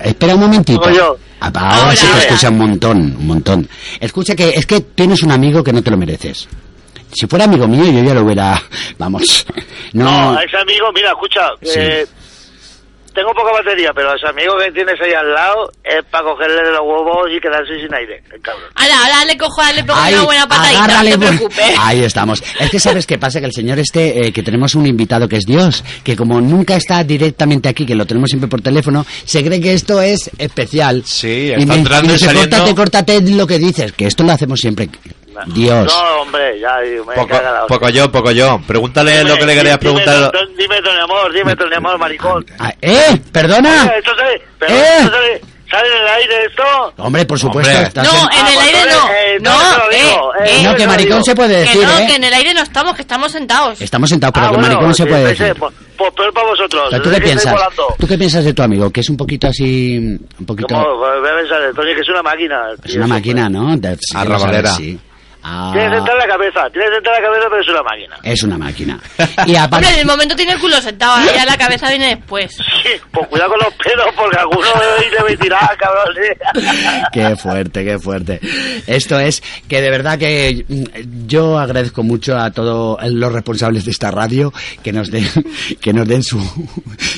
Espera un momentito. Poco yo. Ah, va, Ahora, sí te Ahora. escucha un montón, un montón. Escucha que es que tienes un amigo que no te lo mereces. Si fuera amigo mío yo ya lo hubiera, vamos. No, No, a ese amigo, mira, escucha, eh, tengo poca batería, pero a ese amigo que tienes ahí al lado es para cogerle de los huevos y quedarse sin aire, el cabrón. Ahora, ahora le cojo, ahora le pego una buena patadita, agárrale, no te buen- preocupes. Ahí estamos. Es que sabes qué pasa, que el señor este, eh, que tenemos un invitado que es Dios, que como nunca está directamente aquí, que lo tenemos siempre por teléfono, se cree que esto es especial. Sí, está entrando y saliendo. Córtate, córtate lo que dices, que esto lo hacemos siempre. Dios. No, hombre, ya, digo, Pues me Poco, caga la hostia. Pocoyo, Pocoyo. Pregúntale lo que le querías preguntar. Dime, dime, don amor, dime, don amor, maricón. Ah, ¿Eh? ¿Perdona? Oye, esto sale, pero ¿Eh? esto sale, sale en el aire esto. Hombre, por supuesto. estás en- en el aire no. Eh, No, te lo digo, eh, eh, no, te que lo maricón digo. se puede Que decir, no, ¿eh? que en el aire no estamos, que estamos sentados. Estamos sentados, pero Ah, que bueno, maricón se sí, puede pensé, decir. Por, por, por para vosotros. O sea, ¿tú qué es que estoy piensas? volando. ¿Tú qué piensas de tu amigo? Que es un poquito así, un poquito... Pues, Como, voy a pensar, Tony, que es una máquina. pues. Es una máquina, ¿no? De- sí que lo sabes, Arrabalera. sí. Ah. Tiene sentada la cabeza, tiene sentada la cabeza, pero es una máquina. Es una máquina. Y aparte... Hombre, en el momento tiene el culo sentado, ahora ya la cabeza viene después. Sí, pues cuidado con los pedos, porque alguno de hoy le va a tirar, cabrón. Qué fuerte, qué fuerte. Esto es que de verdad que mm, yo agradezco mucho a todos los responsables de esta radio que nos den, que nos den su,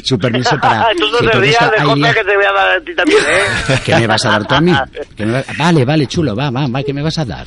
su permiso para... Tú no que te con rías esto de hay copia la- que te voy a dar a ti también, ¿eh? ¿Qué me vas a dar tú a mí? ¿Qué me va- Vale, vale, chulo, va, va, va, ¿qué me vas a dar?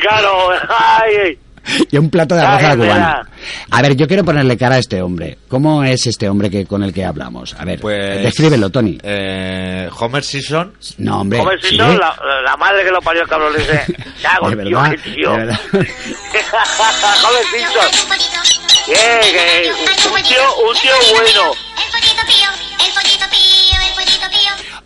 claro. Ay, ay. Y un plato de arroz Ay, a la cubana. espera. A ver, yo quiero ponerle cara a este hombre. ¿Cómo es este hombre que con el que hablamos? A ver, Pues- Eh, descríbelo, Tony. Eh, Homer Simpson. No, hombre. Hombre, si sí, no, la, la madre que lo parió, cabrón, le dice. Cago, de en Dios, verdad, qué tío. de verdad. Joder, Simpson. Eh, que- un tío, un tío bueno.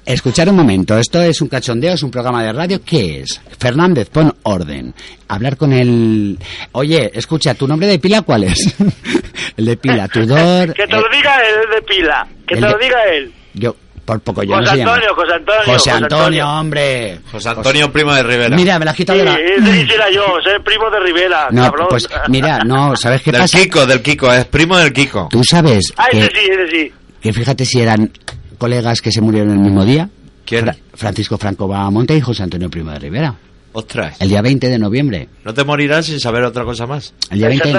Escuchar un momento, esto es un cachondeo, es un programa de radio, ¿qué es? Fernández, pon orden. Hablar con el... Oye, escucha, ¿tu nombre de pila cuál es? el de pila, Tudor... Que te lo eh, diga él de pila. Que el te lo de- diga él. yo, por poco yo no José sé llamar. Antonio, José Antonio. José Antonio, hombre. José Antonio, primo de Rivera. Mira, me la has quitado de la... Sí, ese quisiera yo, ser primo de Rivera, No, cabrón. pues mira, no, ¿sabes qué del pasa? Kiko, del Kiko, es primo del Kiko. Tú sabes Ah, que, ese sí, ese sí. que fíjate si eran colegas que se murieron el mismo día. Fra- Francisco Franco Bahamonte y José Antonio Primo de Rivera. Ostras, El día 20 de noviembre. no te morirás sin saber otra cosa más. El día 20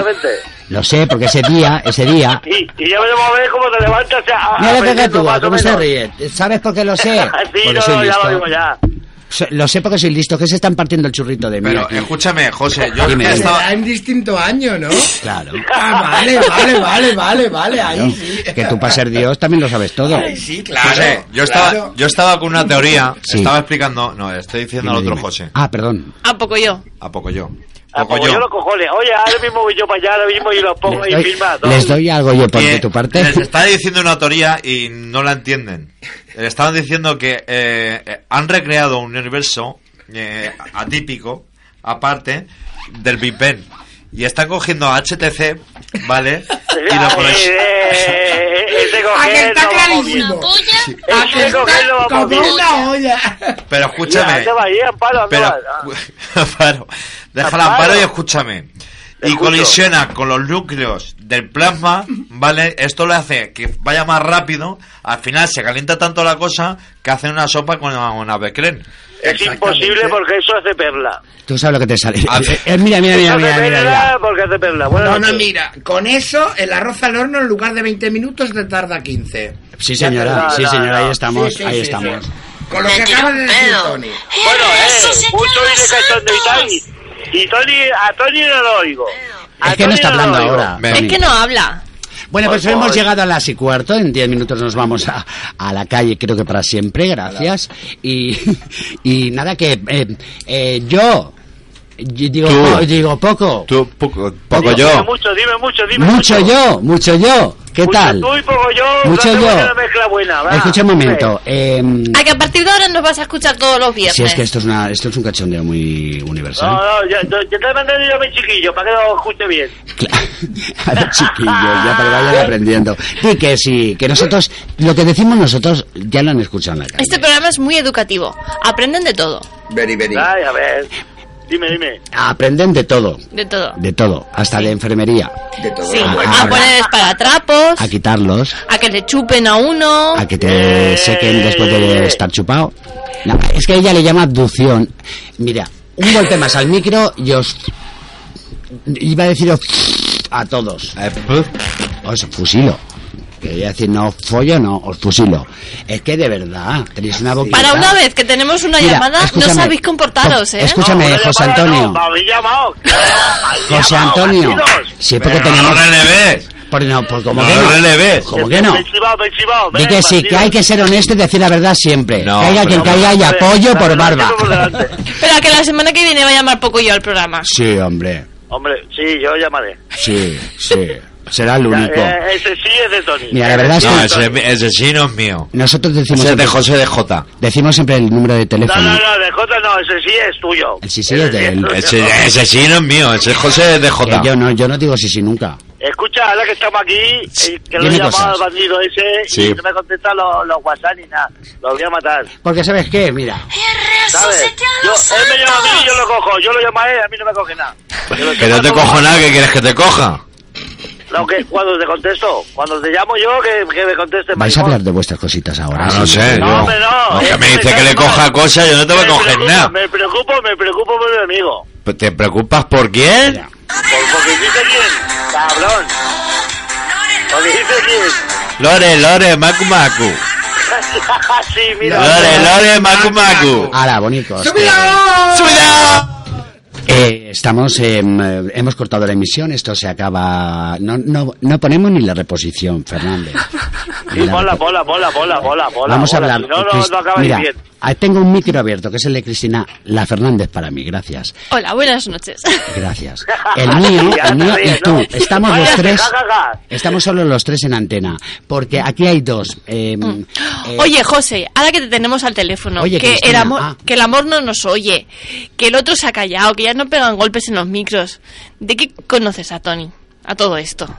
Lo sé, porque ese día, ese día... Y, y ya veremos a ver cómo te levantas. o sea, a- Mira a- lo que aprendiendo gatúa, más o cómo se menos. ríe. ¿Sabes por qué lo sé? sí, Porque no, soy no, ya listo. lo digo ya. So- Lo sé porque soy listo, que se están partiendo el churrito de mí. Pero aquí. escúchame, José, yo Dime. he estado- Está en distinto año, ¿no? Claro. Ah, vale, vale, vale, vale, vale, ahí Claro, sí. Que tú para ser Dios también lo sabes todo. Ay, sí, claro. José, yo estaba, claro. yo estaba con una teoría, Sí. estaba explicando, no, estoy diciendo al Dime, otro dime. José, Ah, perdón. ¿A poco yo? a poco yo. Ah, Poco como yo yo. los cojones. Oye, ahora mismo voy yo para allá, ahora mismo y los pongo y Doy- firma. todo. les doy algo yo por Eh, de tu parte. Les estaba diciendo una teoría y no la entienden. Le estaban diciendo que eh, eh, han recreado un universo eh, atípico, aparte, del Big Ben. Y están cogiendo a HTC, ¿vale? Y lo Eh, proye- eh, eh, Ah, ese que coger está no vamos bien. clarísimo. Ese coger no vamos Como bien. una olla. Pero Ya, escúchame, anda, va ahí, Amparo, anda, Pero- va. Amparo, déjala Amparo. Amparo y escúchame. Y Escucho. colisiona con los núcleos del plasma, ¿vale? Esto le hace que vaya más rápido. Al final se calienta tanto la cosa que hacen una sopa con una becren. Es imposible porque eso hace perla. Tú sabes lo que te sale. A ver. Eh, mira, mira, mira, Eso mira, hace mira, perla porque hace perla. Buenas No, no, noches. mira, con eso el arroz al horno en lugar de 20 minutos te tarda 15. mira. Sí, señora, No, sí, no, señora, no. ahí estamos, Sí, sí, ahí sí, estamos. sí. Con lo que acabas de decir, Tony. Bueno, eh, un Tony de cachondeo y Tony. Y Tony, a Tony no lo oigo. A Es que no Tony está lo hablando oigo. ahora. Tony. Es que no habla. Bueno, pues Por hemos favor. llegado a las y cuarto. En diez minutos nos vamos a, a la calle, creo que para siempre. Gracias. Y, y nada, que eh, eh, yo. y- Digo, Tú. po- digo poco. Tú, poco, Poco Dime mucho, dime mucho, dime Mucho yo, mucho yo. ¿Qué Mucho tal? tú y poco yo. Mucho hacemos yo. Una mezcla buena, va. Escucha un momento. em, A que a partir de ahora nos vas a escuchar todos los viernes. si es que esto es, una, esto es un cachondeo muy universal. No, no, yo, yo, yo te he mandado yo a mi chiquillo para que lo escuche bien. A los chiquillos, ya para que vayan aprendiendo. Y que sí, que nosotros, lo que decimos nosotros, ya lo han escuchado en la calle. Este programa es muy educativo. Aprenden de todo. Very, very. Ay, a ver. Dime, dime. Aprenden de todo, De todo. de todo, hasta de enfermería. De todo Sí, bueno. a poner esparatrapos, A quitarlos, a que le chupen a uno. a que te sequen después de estar chupado. No, es que ella le llama abducción. Mira, un golpe más al micro y os... Iba a deciros a todos. Os fusilo. Quería decir, no os follo, no, os fusilo. Es que de verdad, tenéis una boquita... Para una vez que tenemos una Mira, llamada, no escúchame. sabéis comportaros, ¿eh? Escúchame, No, no José llamada, Antonio. No, me habéis llamado. José Antonio, sí, porque Pero no tenemos, le ves. Por, no, por como No, que no. no le ves. Como que no. Me he chivado, me he chivado. Di ven, que sí, bandido. que hay que ser honesto y decir la verdad siempre. No, caiga quien pero caiga y vamos a ver, apoyo la por verdad es que barba. por delante. Espera, que la semana que viene va a llamar poco yo al programa. Sí, hombre. Hombre, sí, yo llamaré. Sí, sí. Será el único. Eh, ese sí es de Tony. Mira, la verdad es No, que- ese, ese sí no es mío. Nosotros decimos Ese es de siempre, José de J. decimos siempre el número de No, teléfono. no, no, de Jota no, ese sí es tuyo. El sí, sí es de él. Ese, ese sí no es mío, ese es José de Que J. Eh, yo no, yo no digo sí, sí nunca. Escucha, ahora que estamos aquí, eh, que lo he Dime llamado cosas. al bandido ese Sí. y no me contesta los, los WhatsApp ni nada. Los voy a matar. Porque sabes qué, mira. ¿Sabes? Yo, él me llama a mí y yo lo cojo. Yo lo llamo a él a mí no me coge nada. Que no te cojo nada, que quieres que te coja? Lo que, cuando te contesto, cuando te llamo yo, que, que me conteste. Vais a hablar de vuestras cositas ahora. Ah, no sí, sé, yo- yo- hombre, no. no, que Eh, me dice que le coja cosas, yo no te voy a coger preocupa, nada. Me preocupo, me preocupo por mi amigo. ¿Te preocupas por quién? Por, porque dice quién, cabrón. Porque dice quién. Lore, Lore, Macu Macu. sí, mira. Lore, Lore, Macu Macu. Ahora, bonitos. este ¡Subida! Eh, estamos, em, eh, hemos cortado la emisión, esto se acaba. No, no, no ponemos ni la reposición, Fernández. Ni Sí, la Bola, repo- bola, bola, bola, bola, bola. Vamos a bola. hablar. Si No, no, Crist- no acaba Mira, bien. ah, tengo un micro abierto que es el de Cristina La Fernández para mí, gracias. Hola, buenas noches. Eh, Gracias. El mío, Ya el te mío y ríes, tú. ¿no? Estamos los Váyase, tres. ja, ja, ja. Estamos solo los tres en antena. Porque aquí hay dos. em, Mm. eh, Oye, José, ahora que te tenemos al teléfono, Oye, que, el Cristina, amor, ah. que el amor no nos oye, que el otro se ha callado, que ya no pegan golpes en los micros. ¿De qué conoces a Tony? A todo esto. De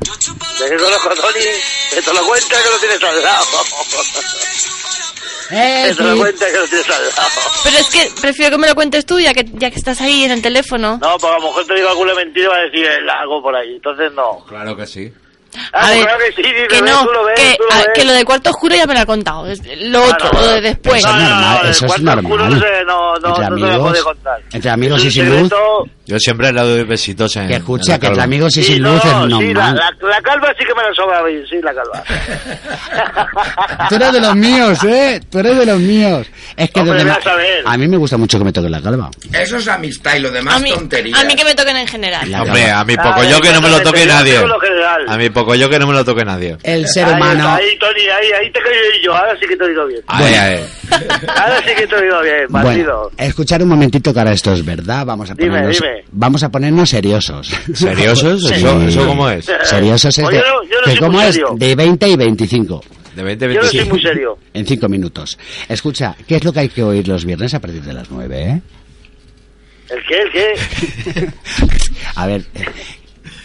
que conozco a Tony, que te lo cuenta que lo tienes al lado. eh, Que te lo sí. cuenta que lo tienes al lado. Pero es que prefiero que me lo cuentes tú, ya que, ya que estás ahí en el teléfono. No, porque a lo mejor te digo alguna mentira y va a decir eh, algo por ahí. Entonces no. Claro que sí. A Ah, pues ver, claro que sí, sí, que lo ves, no, tú lo ves, que, tú lo a- ves. que lo de cuarto oscuro ya me lo ha contado. es- Lo otro, Claro. lo de después. Eso es normal, no, eso el es cuarto oscuro normal. no se- eh, no- no- entre no se lo amigos, puede contar. entre amigos y Un sin luz, secreto- Yo siempre le doy besitos en. que escucha en que la entre calva. amigos y Sí, sin no, luz es no, sí, la, normal. la, la calva sí que me la sobra, sí, la calva. Tú eres de los míos, ¿eh? Tú eres de los míos. Es que Hombre, desde ve ma- a saber. a mí me gusta mucho que me toque la calva. Eso es amistad y lo demás A mí, tonterías. a mí que me toquen en general. La Hombre, calva. a mi poco Ah, yo que no me lo toque yo nadie. digo lo general. A mi poco yo que no me lo toque nadie. El ser ahí, humano. Ahí, Tony, ahí, ahí te cayó yo, ahora sí que te he oído bien. Ay, ay. Ahora sí que te he oído bien, Bueno, bandido. escuchar un momentito que ahora esto es verdad. Vamos a Dime, ponernos, dime. vamos a ponernos seriosos. ¿Seriosos? ¿Eso, Sí. ¿Eso cómo es? Seriosos es Oye, de, yo no- yo no que soy ¿cómo muy es? serio. De 20 y 25 De 20 Yo no soy 25. muy serio. en 5 minutos. Escucha, ¿qué es lo que hay que oír los viernes a partir de las 9? eh? ¿El qué? ¿El qué? A ver,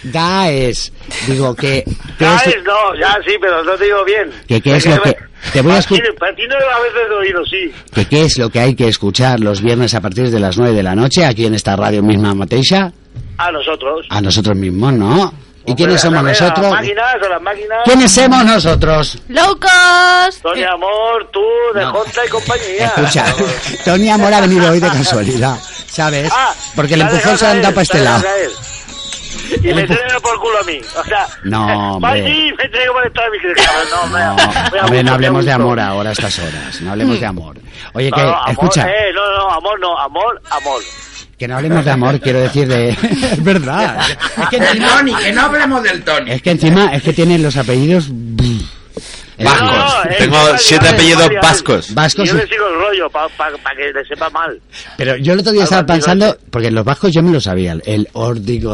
Gaes, digo que que Ya es- es, no, ya sí, pero no te digo bien. ¿Qué- qué es lo Porque que- me- te voy a Para ti- escu- Para ti no a veces de oído, sí. que qué es lo que hay que escuchar los viernes a partir de las 9 de la noche aquí en esta radio misma Mateixa A nosotros. a nosotros mismos, ¿no? ¿Y quiénes Hombre, somos a ver, A nosotros? las máquinas, a las máquinas. ¿Quiénes somos nosotros? ¡Locos! Tony Amor, tú, de Honda y compañía. Escucha, Tony Amor ha venido hoy de casualidad, ¿sabes? Ah, Porque el la empujón dejas se a ha andado él, para este la lado. pues- dejas a él. Y me entrega por culo a mí. O sea, No, hombre. Martín, me entrega por estar a mí. que- cabrón, No, hombre, No, me da hombre, gusto, no hablemos me de da amor gusto. ahora a estas horas, no hablemos de amor. Oye, No, que, no, amor, escucha, eh, no, no, amor, no, amor, amor. que no hablemos de amor, quiero decir de... es verdad, es que Del encima, Tony, que no hablemos del Tony. es que, encima, es que tienen los apellidos... mm, Vascos. No, no, eh, Tengo María, siete eh, apellidos María, vascos. Vascos Yo y- le sigo el rollo para que le sepa mal. Pero yo el otro día Algo estaba así, pensando, ¿no? porque los vascos yo me lo sabía, el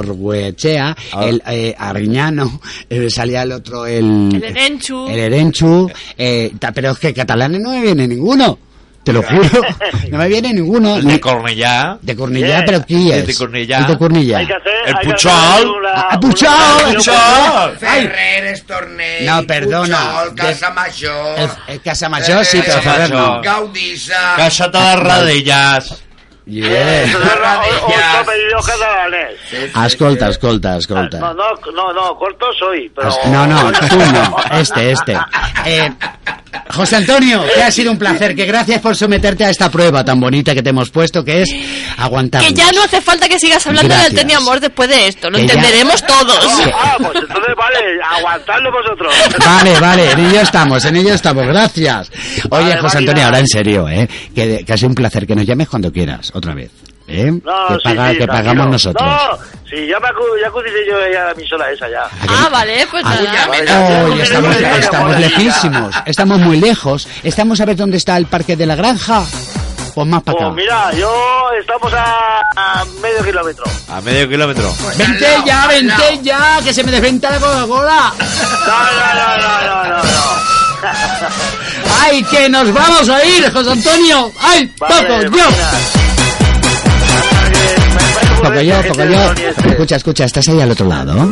Ordigorguechea, Ah. el eh, Arriñano, eh, salía el otro, el... El Erenchu. El Erenchu, eh, ta- pero es que catalanes no me viene ninguno, te lo juro, no me viene ninguno. ni- De Cornellá. de Cornillá, Bien. pero ¿qué es? De Cornellá. De Cornellá. Hay que hacer, El hay que Puchol. hacer una- Ah, una- Puchol, una- Puchol. Ferrer, Estornell, No, perdona. Pujol, De- Casamayor. El, el Casa Mayor, sí, Eh, pero Casa Ferrer no. Mayor. Gaudisa. Casa todas radellas. Yes. Eso era o- otro apellido catalanés. Ascolta, ascolta, ascolta. Ah, No, no, no, no, corto soy, pero... As- No, no, tú no. Este, este. Eh, José Antonio, que ha sido un placer, que gracias por someterte a esta prueba tan bonita que te hemos puesto, que es aguantar. Que ya no hace falta que sigas hablando Gracias. del Tony Amor después de esto. Lo Que ya- entenderemos todos. No, ah, pues entonces vale, aguantadlo vosotros. Vale, vale, en ello estamos, en ello estamos, gracias. Oye, Vale, José Antonio, válida. ahora en serio, ¿eh? Que, que ha sido un placer, que nos llames cuando quieras, otra vez. ¿eh? No, que, sí, paga- sí, que tranquilo. pagamos nosotros. No, Oh, sí, ya me acu- ya acudiré yo a la emisora esa ya. Ah, vale, pues nada. Hoy estamos, estamos lejísimos, estamos muy lejos. Estamos a ver dónde está el parque de la granja. Pues más para Pues acá. mira, yo estamos a, a medio kilómetro. A medio kilómetro. ¡Vente ya, vente ya! ¡Que se me desventa la Coca-Cola! ¡Ay, que nos vamos a ir, José Antonio! ¡Ay, poco yo! Poco yo, poco yo. Escucha, escucha, ¿estás ahí al otro lado?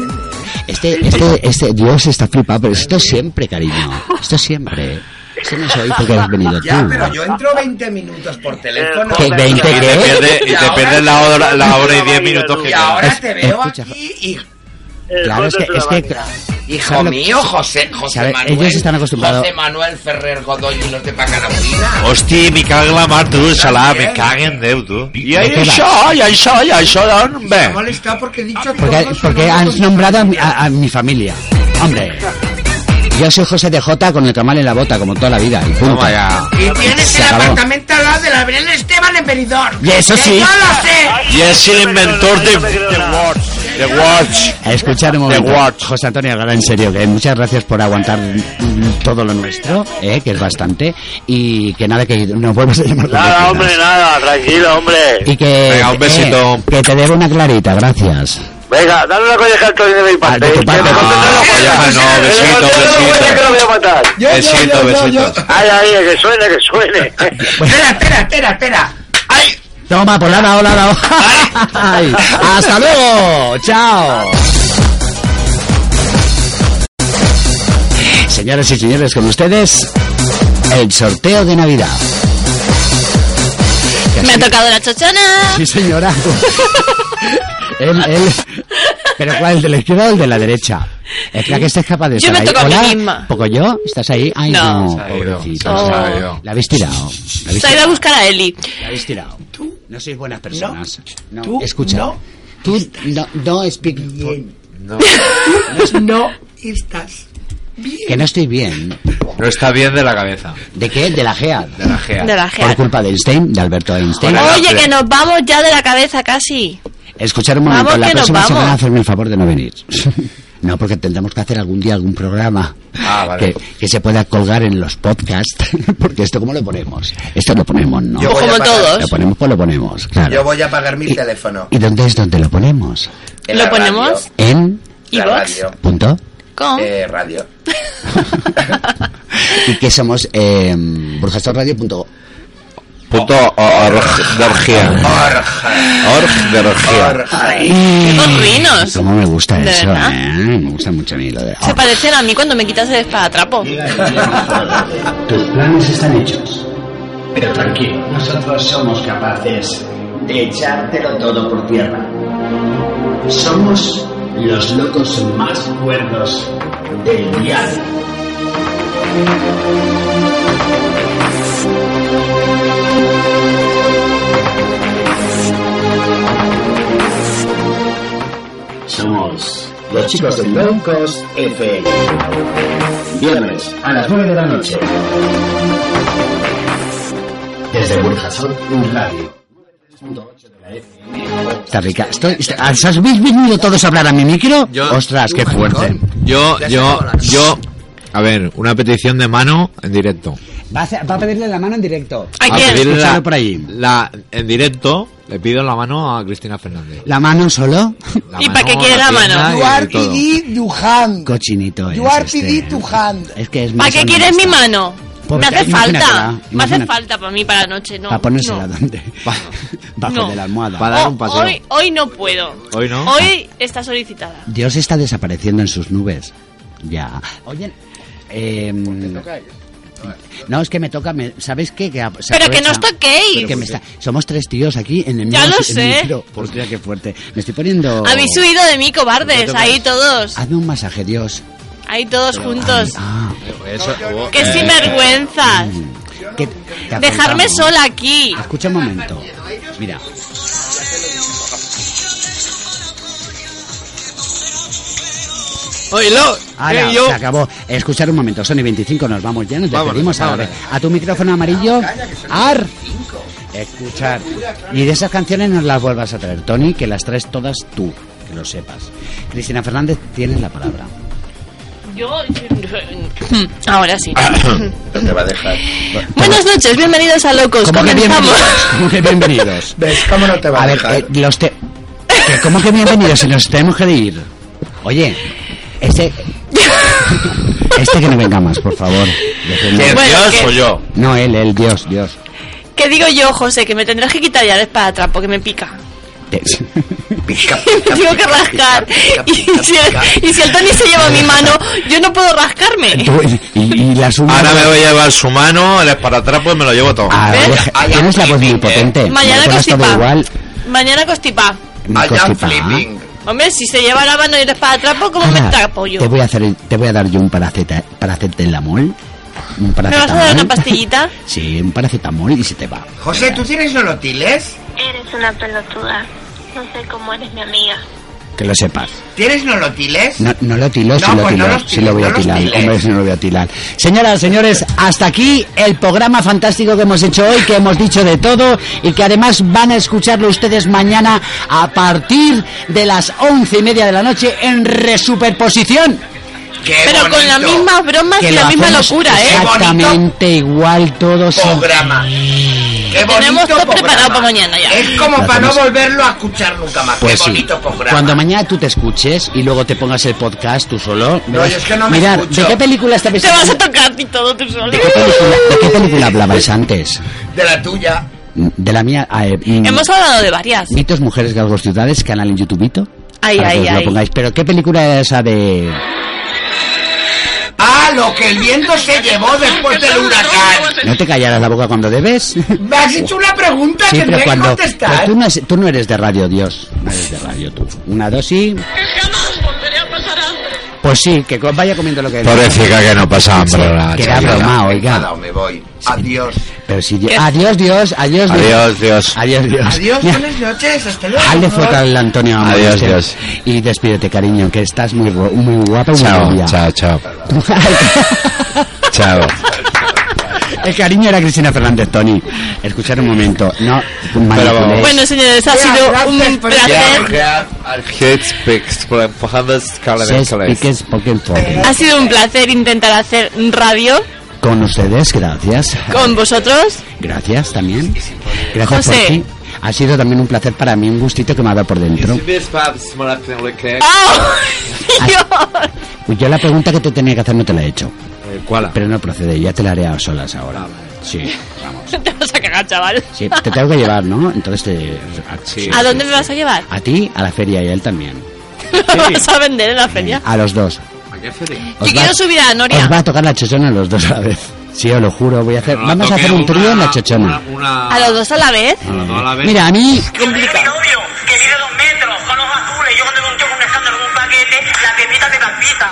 Este, este, este, Dios está flipado, pero esto siempre, cariño. Esto siempre. Esto no es hoy porque has venido tú. Ya, pero yo entro 20 minutos por teléfono. ¿Qué, 20 Y te qué? pierdes, y te ahora- pierdes la hora, la hora y diez minutos que Y ahora quedan. te veo escucha, aquí y... Claro, es que- es que- Hijo Carlos- mío, José, José Sabe, Manuel. ellos están acostumbrados. José Manuel Ferrer Godoy y los de Pacanaudina. Hosti, me caguen la mar, tú, xalà, me caguen Déu, tu. I De què va? això, i això, i això, d'on ve? molestado porque he dicho Porque, porque has nombrado a mi, a- a mi familia. Hombre. Yo soy José de Jota con el camal en la bota, como toda la vida. Y punto. Toma ya. Y tienes Se el acabó. apartamento al lado de la Belén Esteban en Benidorm. Y eso Que sí. Yo lo sé. I és l'inventor de, de Watch. De Watch. A escuchar un momento. José Antonio, ahora en serio, que muchas gracias por aguantar mm, todo lo nuestro, eh, que es bastante. Y que nada, que nos vuelvas a llamar. cuando Nada, quieras. hombre, nada, tranquilo, hombre. Y que. Venga, un eh, besito. que te debo una clarita, gracias. Venga, dale una colleja al Tony de mi parte. Que me conteste la Ah, no, colleja. besito, Que me conteste la colleja, que lo voy a besito. matar. Besito, besito. Ay, ay, que suene, que suene. Espera, espera, espera, espera. Toma, por nada, hola, hola. Ay, Hasta luego, chao. Señoras y señores, con ustedes, el sorteo de Navidad. Que Me ha así- tocado la chochona. Sí, señora. él, él. Pero cuál, el de la izquierda o el de la derecha. Espera que estés capaz de Yo estar me ahí. toco a mí Hola, misma. ¿Poco yo? ¿Estás ahí? Ay, No. no, Se ha ido, pobrecito. se ha ido. La habéis tirado. La habéis Se ha ido a buscar a Eli. la habéis tirado. Tú no sois buenas personas. No, Tú escucha. no. Tú no, no speak. No, Pues No estás. Que no estoy bien. no está bien de la cabeza. ¿De qué? De la GEAD. De la gea. De la Por GEA. culpa de Einstein, de Alberto Einstein. Oye, que nos vamos ya de la cabeza casi. Escuchar un momento, Vamos, la que nos próxima vamos. semana hacerme el favor de no venir. No, porque tendremos que hacer algún día algún programa Ah, vale. que, que se pueda colgar en los podcasts. Porque esto, ¿cómo lo ponemos? Esto lo ponemos, ¿no? Yo voy a Como pagar- todos. Lo ponemos, pues lo ponemos, claro. Yo voy a pagar mi teléfono. ¿Y dónde es donde lo ponemos? En ¿Lo la ponemos? En... ¿Y La Vox? radio. punto. ¿Cómo? Eh, radio. y que somos eh, burjastorradio.org. Punto org de orgía. Orja. Org de orgía. Orja. ¡Qué gorrinos! Cómo me gusta ¿De eso, verdad? ¿eh? Me gusta mucho a mí lo de... Oh, Se parecen a mí cuando me quitas el espadatrapo. Tus planes están hechos. Pero tranquilo, nosotros somos capaces de echártelo todo por tierra. Somos los locos más cuerdos del diario. Somos los chicos de Broncos FM. Viernes a las 9 de la noche. Desde Burjasot, un radio. Está rica. Estoy, está- ¿Os habéis venido todos a hablar a mi micro? Yo- Ostras, qué fuerte. Yo, Ya se yo, acabó la cosa. yo. A ver, una petición de mano en directo. Va a, hacer- va a pedirle la mano en directo. ¿A A pedirle quién? Ah, pues la, Escúchalo por ahí. la- en directo le pido la mano a Cristina Fernández. ¿La mano solo? La ¿Y para qué quiere la pierna mano? y You are todo. PD to hand. Cochinito es You are este. PD to hand. Es que es ¿Para qué quieres mi mano? Porque- me hace imagínatela, falta. Me hace imagínate. falta para mí para la noche, no. Para ponérsela no. donde. Bajo No. de la almohada. Para dar Oh, un paseo. Hoy, hoy no puedo. Hoy no. Hoy está solicitada. Dios está desapareciendo en sus nubes. Ya. Oye, eh, no, es que me toca, me- ¿sabéis qué? Que a- se Pero que no os aprovecha. toquéis. Pero que me está- somos tres tíos aquí en el Ya mismo- lo en el sé. micro. Hostia, qué fuerte. Me estoy poniendo... Habéis huido de mí, cobardes. Ahí todos. Hazme un masaje, Dios. Ahí todos juntos. Ah, eh, Eso- oh, ¡Qué eh, sinvergüenzas! que te Ah. Dejarme afrontamos. sola aquí. Escucha un momento. Mira. ¡Oílo! Ahora, ¡Eh, yo! se acabó. Escuchar un momento. Sony 25, nos vamos ya, nos Vámonos, despedimos. A, la vámonos. vez. a tu micrófono amarillo. ¡Ar! Escuchar. Y de esas canciones nos las vuelvas a traer, Tony, que las traes todas tú, que lo sepas. Cristina Fernández, tienes la palabra. Yo. Ahora sí. Ah, No te va a dejar. Buenas noches, bienvenidos a Locos. ¿Cómo que Comenzamos. bienvenidos? ¿Cómo que bienvenidos? ¿Ves cómo no te va a, A ver, dejar? eh, los te... que ¿Cómo que bienvenidos? Si nos tenemos que ir. Oye, este... Este que no venga más, por favor. Dejadme. ¿El Bueno, Dios que- o yo? No, él, él, Dios, Dios. ¿Qué digo yo, José? Que me tendrás que quitar ya el espadatrap porque me pica. Te- Me tengo que rascar. Y si el- y si el Tony se lleva mi mano, yo no puedo rascarme. Tú- y, y la suma... Ahora me voy a llevar su mano, el esparatrapo y pues me lo llevo todo. Ah, deja- Tienes la voz muy eh. potente. Mañana Me pones todo constipa. igual. Mañana constipa. me constipa. Hombre, si se lleva la mano y el espadatrapo, pues, ¿cómo me Ana, tapo yo? Te voy a hacer, el- te voy a dar yo un paraceta, paracetamol. Un ¿Me vas a dar paracetamol. una pastillita? Sí, un paracetamol y se te va. José, ¿tú tienes nolotiles? Eres una pelotuda. No sé cómo eres mi amiga. Que lo sepas. ¿Tienes nolotiles? No, no lo tiló, sí No, lo pues tiló, no los sí lo voy a tiles, no los tilar, tiles. hombre, sí no lo voy a tilar. Señoras, señores, hasta aquí el programa fantástico que hemos hecho hoy, que hemos dicho de todo y que además van a escucharlo ustedes mañana a partir de las once y media de la noche en resuperposición. Pero con las mismas bromas y la lo misma hacemos locura, ¿eh? Exactamente igual todos. Programa. Qué bonito Tenemos todo programa. preparado para mañana ya. Es como Lo para no hacemos. volverlo a escuchar nunca más. Pues Qué sí. bonito programa. Cuando mañana tú te escuches y luego te pongas el podcast tú solo, verás- yo es que no me mirar, escucho. ¿de qué película está Te pensando? vas a tocar y todo tú solo. ¿De qué película, de qué película hablabais antes? De la tuya. De la mía. ah, eh, mm, Hemos hablado de varias. Mitos, mujeres, galgos, ciudades, canal en YouTubeito. Ay, para que ay, os lo ay. pongáis. Pero ¿qué película era esa de...? Ah, lo que el viento se llevó después del huracán. No te callaras la boca cuando debes. Sí, Me has hecho una pregunta que tendré pero que cuando... contestar. pero tú, no es- tú no eres de radio, Dios. No eres de radio, tú. Una dosis... Pues sí, que co- vaya comiendo lo que... Pobrecita que no pasa hambre, Sí, la que era chavala. broma, oiga. Nada, me voy. Adiós. Pero si Dios- Adiós, Dios. Adiós, Dios. Adiós, Dios. Adiós, Dios. Adiós, Mira, buenas noches. Hasta luego. Hazle fuerte al Antonio Amor, Adiós, este. Dios. Y despídete, cariño, que estás muy, gu- muy guapa y muy Chao, rubia. chao, chao. Chao. El cariño era Cristina Fernández, Tony. Escuchar un momento. No, manipuléis. Bueno, señores, ha Ya, sido gracias un por estar. placer. Seis piques, poquen, poquen. Ha sido un placer intentar hacer radio Con ustedes, gracias. con vosotros. Gracias también. Gracias José. por ti. Ha sido también un placer para mí, un gustito que me ha dado por dentro. ¡Ah! Yo la pregunta que te tenía que hacer no te la he hecho. Eh, ¿Cuál? Pero no procede, ya te la haré a solas ahora. Sí, Dios, te vas a cagar, chaval. sí. Te tengo que llevar, ¿no? Entonces te... a- ¿A dónde me vas a llevar? A ti, a la feria y a él también. ¿Me vas a vender en la feria? A los dos. Yo quiero subir a Noria. Os va a tocar la chochona a los dos a la vez. Sí, os lo juro, voy a hacer... Vamos a hacer un trío en la chochona. ¿A los dos a la vez? Mira, a mí... Complicado.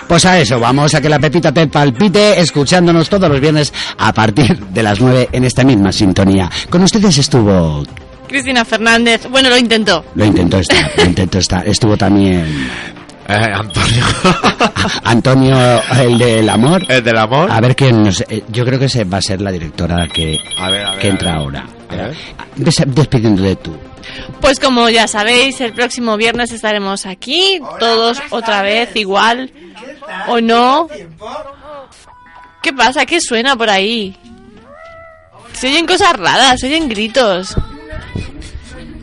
Pues a eso, vamos a que la pepita te palpite escuchándonos todos los viernes a partir de las 9 en esta misma sintonía. Con ustedes estuvo... Cristina Fernández. Bueno, lo intentó. Lo intentó estar, lo intentó estar. Estuvo también Eh, Antonio. Antonio, el del amor. ¿El del amor? A ver quién nos... eh, Yo creo que se va a ser la directora que, A ver, a ver, que a entra ver. ahora. A ver. Ves- Despidiéndote tú. Pues como ya sabéis, el próximo viernes estaremos aquí, todos otra vez, igual o no. ¿Qué pasa? ¿Qué suena por ahí? Se oyen cosas raras, se oyen gritos.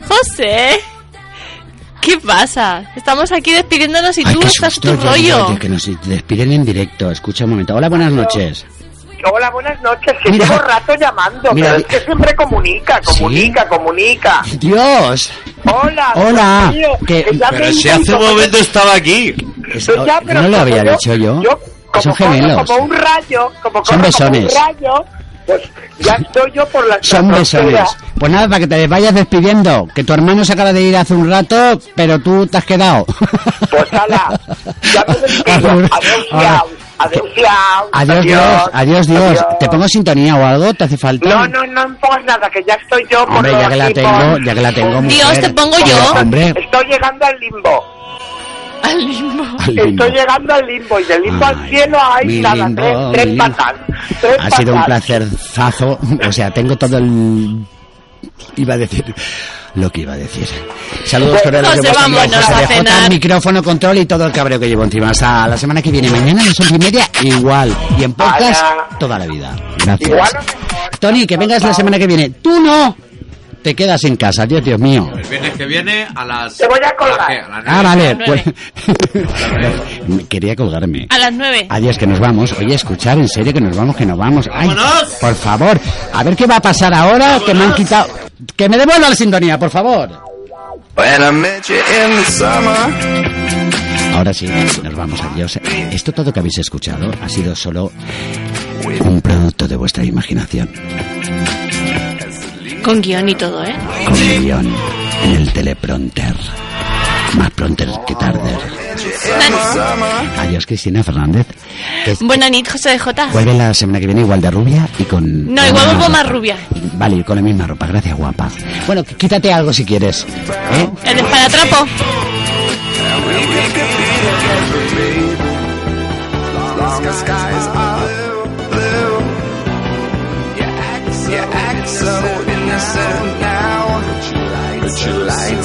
José, ¿qué pasa? Estamos aquí despidiéndonos y Ay, tú qué estás susto, tu ya, ya, rollo. ya, que nos despiden en directo. Escucha un momento. Hola, buenas noches. Hola, buenas noches. Que Mira. llevo rato llamando, Mira, pero di- es que siempre comunica, comunica, comunica. Dios. Hola, Hola. Dios mío, Que- que ya me Pero si intento- hace un momento estaba aquí. Es- Pues ya, pero no lo como había yo- dicho yo. yo Son como corro gemelos. Como un rayo, como Son corro como un besones. rayo, pues ya estoy yo por la Son la besones. frontera. Pues nada, para que te vayas despidiendo. Que tu hermano se acaba de ir hace un rato, pero tú te has quedado. Pues ala, ya me despido. Adiós. Adiós, fiao. Adiós, fiao. Adiós, Dios. Adiós, Dios. ¿Te pongo sintonía o algo? ¿Te hace falta? No, no, no me pongas nada, que ya estoy yo por Hombre, ya que la aquí, tengo, por- ya que la tengo, Dios, mujer. te pongo Hombre, yo. Hombre, Estoy llegando al limbo. Al limbo. al limbo. Estoy llegando al limbo y del limbo Ay, al cielo hay mi nada, limbo, tres, tres mi limbo. patas. Tres Ha sido un patas. placer zazo. O sea, tengo todo el Iba a decir lo que iba a decir. Pues, Saludos Bueno, cordiales de José, voz a voz, vámonos a José BJ, cenar. micrófono, control y todo el cabreo que llevo encima. Hasta la semana que viene, mañana a las once y media, igual. Y en podcast, toda la vida. Gracias. Igual Tony, que vengas la semana que viene. ¡Tú no! Te quedas en casa, Dios, Dios mío. El viernes que viene a las. Te voy a colgar. ¿a qué? A las Ah, vale. Nueve. Pues... Quería colgarme. A las nueve. Adiós, que nos vamos. Oye, escuchar, en serio, que nos vamos, que nos vamos. Ay, ¡Vámonos! por favor, a ver qué va a pasar ahora, que me han quitado... Que me devuelva la sintonía, por favor. When I met you in the summer. Ahora sí, nos vamos, adiós. Esto todo que habéis escuchado ha sido solo un producto de vuestra imaginación. Con guión y todo, ¿eh? Con guión en el teleprompter. Más pronto que tarde. Adiós, Cristina Fernández. Que Buena nit, José de J. Vuelve la semana que viene igual de rubia y con... No, igual vuelvo más rubia. Vale, y con la misma ropa. Gracias, guapa. Bueno, qu- quítate algo si quieres. ¿eh? El espadatrapo. long as skies are blue. You act so, you act so innocent now, but you lied